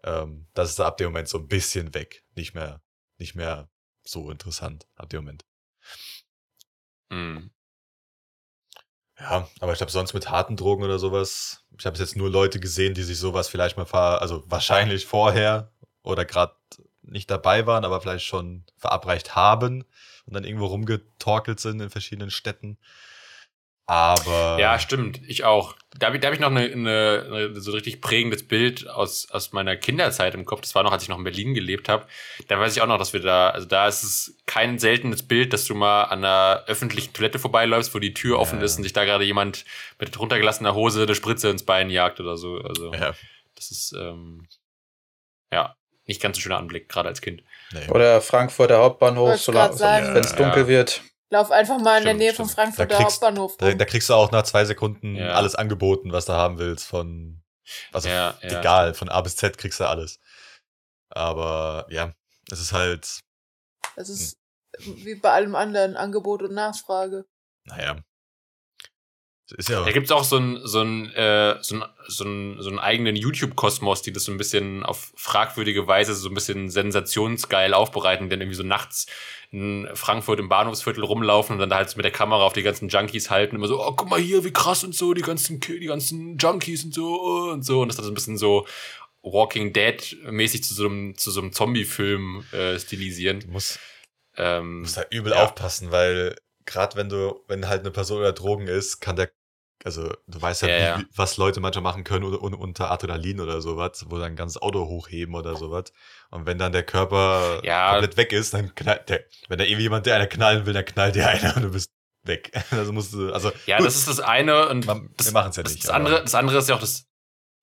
[SPEAKER 3] Ähm, das ist ab dem Moment so ein bisschen weg. Nicht mehr, nicht mehr so interessant ab dem Moment.
[SPEAKER 1] Mhm.
[SPEAKER 3] Ja, aber ich glaube, sonst mit harten Drogen oder sowas. Ich habe bis jetzt nur Leute gesehen, die sich sowas vielleicht mal ver, also wahrscheinlich vorher oder gerade nicht dabei waren, aber vielleicht schon verabreicht haben und dann irgendwo rumgetorkelt sind in verschiedenen Städten. Aber
[SPEAKER 1] Ja, stimmt. Ich auch. Da habe ich, da hab ich noch eine, eine, eine so richtig prägendes Bild aus, aus meiner Kinderzeit im Kopf. Das war noch, als ich noch in Berlin gelebt habe. Da weiß ich auch noch, dass wir da, also da ist es kein seltenes Bild, dass du mal an einer öffentlichen Toilette vorbeiläufst, wo die Tür
[SPEAKER 3] Ja,
[SPEAKER 1] offen ist
[SPEAKER 3] ja.
[SPEAKER 1] und sich da gerade jemand mit runtergelassener Hose eine Spritze ins Bein jagt oder so. Also
[SPEAKER 3] ja,
[SPEAKER 1] das ist, ähm, ja, nicht ganz so schöner Anblick, gerade als Kind.
[SPEAKER 3] nee.
[SPEAKER 2] Oder Frankfurter Hauptbahnhof,
[SPEAKER 4] Wollte
[SPEAKER 2] so
[SPEAKER 4] grad
[SPEAKER 2] langsam,
[SPEAKER 4] sagen.
[SPEAKER 2] wenn es
[SPEAKER 1] Ja.
[SPEAKER 2] dunkel wird.
[SPEAKER 4] Lauf einfach mal in der
[SPEAKER 1] Stimmt,
[SPEAKER 4] Nähe
[SPEAKER 1] stimmt.
[SPEAKER 4] vom Frankfurter
[SPEAKER 3] Da kriegst-
[SPEAKER 4] Hauptbahnhof
[SPEAKER 3] da,
[SPEAKER 4] rum.
[SPEAKER 3] da kriegst du auch nach zwei Sekunden
[SPEAKER 1] Ja.
[SPEAKER 3] alles angeboten, was du haben willst. Von also
[SPEAKER 1] Ja, ja.
[SPEAKER 3] egal, von A bis Z kriegst du alles. Aber ja, es ist halt,
[SPEAKER 2] Hm.
[SPEAKER 4] Das ist ähm, wie bei allem anderen Angebot und Nachfrage.
[SPEAKER 3] naja. Es Ist ja
[SPEAKER 1] Da gibt's auch so einen so einen, äh, so einen- so einen- so einen eigenen YouTube-Kosmos, die das so ein bisschen auf fragwürdige Weise so ein bisschen sensationsgeil aufbereiten, denn irgendwie so nachts in Frankfurt im Bahnhofsviertel rumlaufen und dann da halt so mit der Kamera auf die ganzen Junkies halten, immer so, oh, guck mal hier, wie krass und so, die ganzen, Ki- die ganzen Junkies und so oh, und so. Und das hat so ein bisschen so Walking Dead-mäßig zu so einem, zu so einem Zombie-Film äh, stilisieren.
[SPEAKER 3] Du musst, du
[SPEAKER 1] Ähm,
[SPEAKER 3] musst da übel
[SPEAKER 1] Ja.
[SPEAKER 3] aufpassen, weil gerade wenn du, wenn halt eine Person unter Drogen ist, kann der, also du weißt halt,
[SPEAKER 1] Ja, ja.
[SPEAKER 3] Wie, wie- was Leute manchmal machen können oder, un- unter Adrenalin oder sowas, wo dann ein ganzes Auto hochheben oder sowas. Und wenn dann der Körper
[SPEAKER 1] Ja.
[SPEAKER 3] komplett weg ist, dann knallt der, wenn da irgendwie jemand dir einer knallen will, dann knallt dir einer und du bist weg. Also musst du, also
[SPEAKER 1] ja,
[SPEAKER 3] gut,
[SPEAKER 1] das ist das eine und
[SPEAKER 3] man,
[SPEAKER 1] das,
[SPEAKER 3] wir machen es ja
[SPEAKER 1] das,
[SPEAKER 3] nicht.
[SPEAKER 1] das,
[SPEAKER 3] aber-
[SPEAKER 1] andere, das andere ist ja auch das,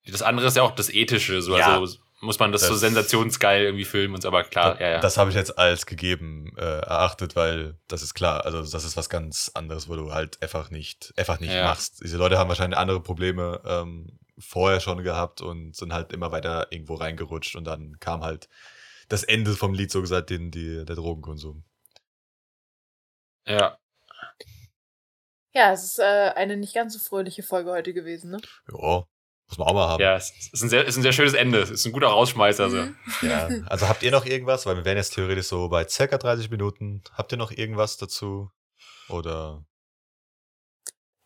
[SPEAKER 1] das andere ist ja auch das Ethische. So,
[SPEAKER 3] Ja.
[SPEAKER 1] also muss man das, so
[SPEAKER 3] Das-
[SPEAKER 1] sensationsgeil irgendwie filmen und so, aber klar, ja, ja.
[SPEAKER 3] Das habe ich jetzt als gegeben äh, erachtet, weil das ist klar. Also das ist was ganz anderes, wo du halt einfach nicht, einfach nicht
[SPEAKER 1] Ja.
[SPEAKER 3] machst. Diese Leute haben wahrscheinlich andere Probleme ähm, vorher schon gehabt und sind halt immer weiter irgendwo reingerutscht und dann kam halt das Ende vom Lied so gesagt, den die, der Drogenkonsum.
[SPEAKER 1] ja.
[SPEAKER 4] Ja, es ist äh, eine nicht ganz so fröhliche Folge heute gewesen, ne?
[SPEAKER 3] Ja, muss man auch mal haben.
[SPEAKER 1] ja es es ist ein, sehr, es ist ein sehr schönes Ende. Es ist ein guter Rausschmeißer. so.
[SPEAKER 4] Mhm.
[SPEAKER 3] Ja. Also habt ihr noch irgendwas? Weil wir wären jetzt theoretisch so bei circa 30 Minuten. Habt ihr noch irgendwas dazu? Oder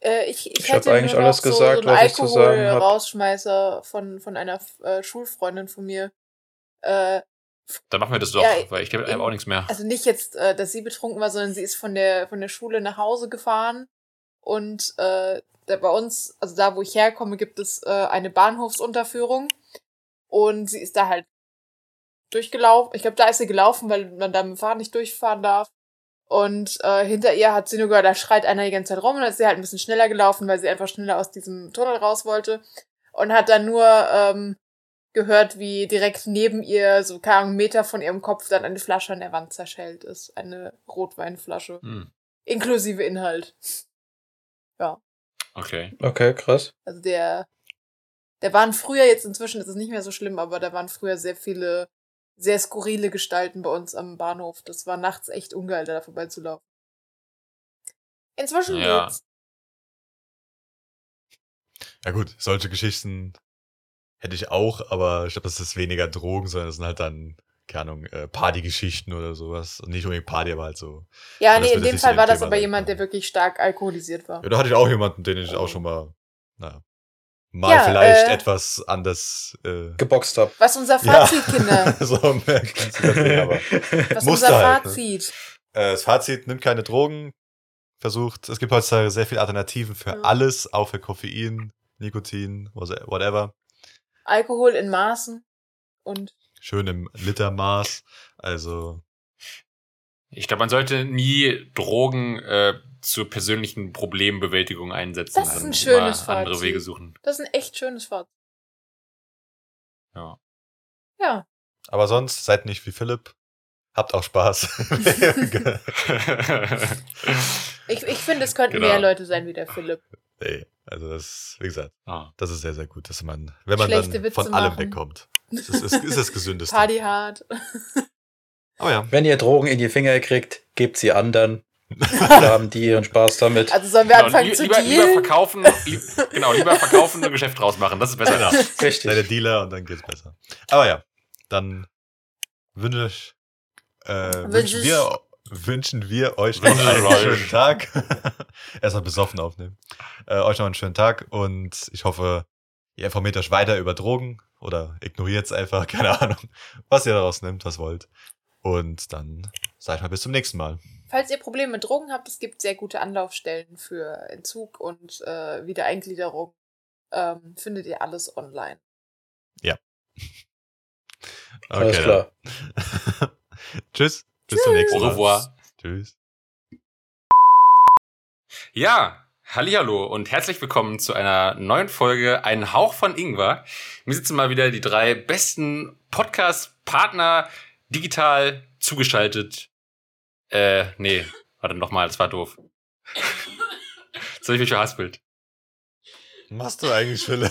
[SPEAKER 4] Äh, ich ich,
[SPEAKER 2] Ich hab
[SPEAKER 4] hätte
[SPEAKER 2] eigentlich
[SPEAKER 4] nur
[SPEAKER 2] alles
[SPEAKER 4] noch
[SPEAKER 2] gesagt,
[SPEAKER 4] so, so einen
[SPEAKER 2] was ich zu sagen hab.
[SPEAKER 4] Alkohol-Rausschmeißer von, von einer äh, Schulfreundin von mir. Äh,
[SPEAKER 1] Dann machen wir das doch,
[SPEAKER 4] Ja,
[SPEAKER 1] weil ich habe
[SPEAKER 4] eben.
[SPEAKER 1] auch nichts mehr.
[SPEAKER 4] also nicht jetzt, äh, dass sie betrunken war, sondern sie ist von der, von der Schule nach Hause gefahren. Und äh, da bei uns, also da, wo ich herkomme, gibt es äh, eine Bahnhofsunterführung. Und sie ist da halt durchgelaufen. Ich glaube, da ist sie gelaufen, weil man da mit dem Fahrrad nicht durchfahren darf. Und äh, hinter ihr hat sie nur gehört, da schreit einer die ganze Zeit rum. Und dann ist sie halt ein bisschen schneller gelaufen, weil sie einfach schneller aus diesem Tunnel raus wollte. Und hat dann nur ähm, gehört, wie direkt neben ihr, so keine Ahnung, einen Meter von ihrem Kopf, dann eine Flasche an der Wand zerschellt ist. Eine Rotweinflasche.
[SPEAKER 1] Hm.
[SPEAKER 4] Inklusive Inhalt.
[SPEAKER 1] Okay.
[SPEAKER 2] Okay, krass.
[SPEAKER 4] Also der, der waren früher, jetzt inzwischen ist es nicht mehr so schlimm, aber da waren früher sehr viele, sehr skurrile Gestalten bei uns am Bahnhof. Das war nachts echt ungeil, da vorbeizulaufen. Inzwischen
[SPEAKER 1] Ja.
[SPEAKER 4] geht's.
[SPEAKER 3] Ja gut, solche Geschichten hätte ich auch, aber ich glaube, das ist weniger Drogen, sondern das sind halt dann, keine Ahnung, äh, Partygeschichten oder sowas. Und nicht unbedingt Party, aber halt so.
[SPEAKER 4] Ja,
[SPEAKER 3] Aber das
[SPEAKER 4] nee, in
[SPEAKER 3] wird jetzt
[SPEAKER 4] dem
[SPEAKER 3] nicht
[SPEAKER 4] Fall
[SPEAKER 3] so
[SPEAKER 4] war
[SPEAKER 3] dem
[SPEAKER 4] das
[SPEAKER 3] Thema
[SPEAKER 4] aber
[SPEAKER 3] sein,
[SPEAKER 4] jemand,
[SPEAKER 3] ja.
[SPEAKER 4] der wirklich stark alkoholisiert war.
[SPEAKER 3] Ja, da hatte ich auch jemanden, den ich auch schon mal, naja, mal
[SPEAKER 4] Ja,
[SPEAKER 3] vielleicht
[SPEAKER 4] äh,
[SPEAKER 3] etwas anders, äh,
[SPEAKER 2] Geboxt hab.
[SPEAKER 4] Was unser
[SPEAKER 3] Ja.
[SPEAKER 4] Fazit, Kinder?
[SPEAKER 3] so merken zu lassen, aber.
[SPEAKER 4] Was
[SPEAKER 3] Musste
[SPEAKER 4] unser
[SPEAKER 3] halt, ne?
[SPEAKER 4] Fazit?
[SPEAKER 3] Äh, das Fazit, nimmt keine Drogen, versucht, es gibt heutzutage sehr viele Alternativen für
[SPEAKER 4] Ja.
[SPEAKER 3] alles, auch für Koffein, Nikotin, whatever.
[SPEAKER 4] Alkohol in Maßen und
[SPEAKER 3] Schön im Litermaß, also
[SPEAKER 1] Ich glaube, man sollte nie Drogen äh, zur persönlichen Problembewältigung einsetzen.
[SPEAKER 4] Das ist
[SPEAKER 1] und
[SPEAKER 4] ein schönes
[SPEAKER 1] immer andere
[SPEAKER 4] Fazit.
[SPEAKER 1] Wege suchen.
[SPEAKER 4] Das ist ein echt schönes Wort.
[SPEAKER 1] Ja.
[SPEAKER 4] Ja.
[SPEAKER 3] Aber sonst seid nicht wie Philipp. Habt auch Spaß.
[SPEAKER 4] Ich, ich finde, es könnten
[SPEAKER 1] Genau.
[SPEAKER 4] mehr Leute sein wie der Philipp.
[SPEAKER 3] nee, also das, wie gesagt,
[SPEAKER 1] Ah.
[SPEAKER 3] das ist sehr, sehr gut, dass man, wenn man
[SPEAKER 4] Schlechte
[SPEAKER 3] dann
[SPEAKER 4] Witze
[SPEAKER 3] von allem
[SPEAKER 4] machen.
[SPEAKER 3] wegkommt. Das ist, ist, ist das gesündeste.
[SPEAKER 4] Party hard.
[SPEAKER 3] Aber ja.
[SPEAKER 2] Wenn ihr Drogen in die Finger kriegt, gebt sie anderen. Da haben die ihren Spaß damit.
[SPEAKER 4] Also sollen wir
[SPEAKER 1] Genau,
[SPEAKER 4] anfangen
[SPEAKER 1] lie-
[SPEAKER 4] zu
[SPEAKER 1] lieber, lieber
[SPEAKER 4] dealen?
[SPEAKER 1] verkaufen, lieb, genau, lieber verkaufen und ein Geschäft draus machen. Das ist besser.
[SPEAKER 3] Genau.
[SPEAKER 2] Richtig.
[SPEAKER 3] Seid der Dealer und dann geht's besser. Aber ja, dann wünsche ich, äh,
[SPEAKER 4] Wünsch
[SPEAKER 3] wünschen,
[SPEAKER 4] ich-
[SPEAKER 3] wir, wünschen wir euch noch
[SPEAKER 1] Wünsch ich
[SPEAKER 3] einen
[SPEAKER 1] euch.
[SPEAKER 3] schönen Tag. Erstmal besoffen aufnehmen. Äh, euch noch einen schönen Tag und ich hoffe, ihr informiert euch weiter über Drogen oder ignoriert es einfach, keine Ahnung, was ihr daraus nehmt, was wollt. Und dann sag ich mal bis zum nächsten Mal.
[SPEAKER 4] Falls ihr Probleme mit Drogen habt, es gibt sehr gute Anlaufstellen für Entzug und äh, Wiedereingliederung. Ähm, findet ihr alles online.
[SPEAKER 2] Alles klar.
[SPEAKER 3] dann. Tschüss. Bis zum nächsten
[SPEAKER 1] Au
[SPEAKER 3] Mal.
[SPEAKER 1] revoir.
[SPEAKER 3] Tschüss.
[SPEAKER 1] Ja, hallihallo und herzlich willkommen zu einer neuen Folge Ein Hauch von Ingwer. Mir sitzen mal wieder die drei besten Podcast-Partner digital zugeschaltet. Äh, nee, warte nochmal, das war doof. Jetzt hab ich mich verhaspelt.
[SPEAKER 3] Machst du eigentlich Philipp?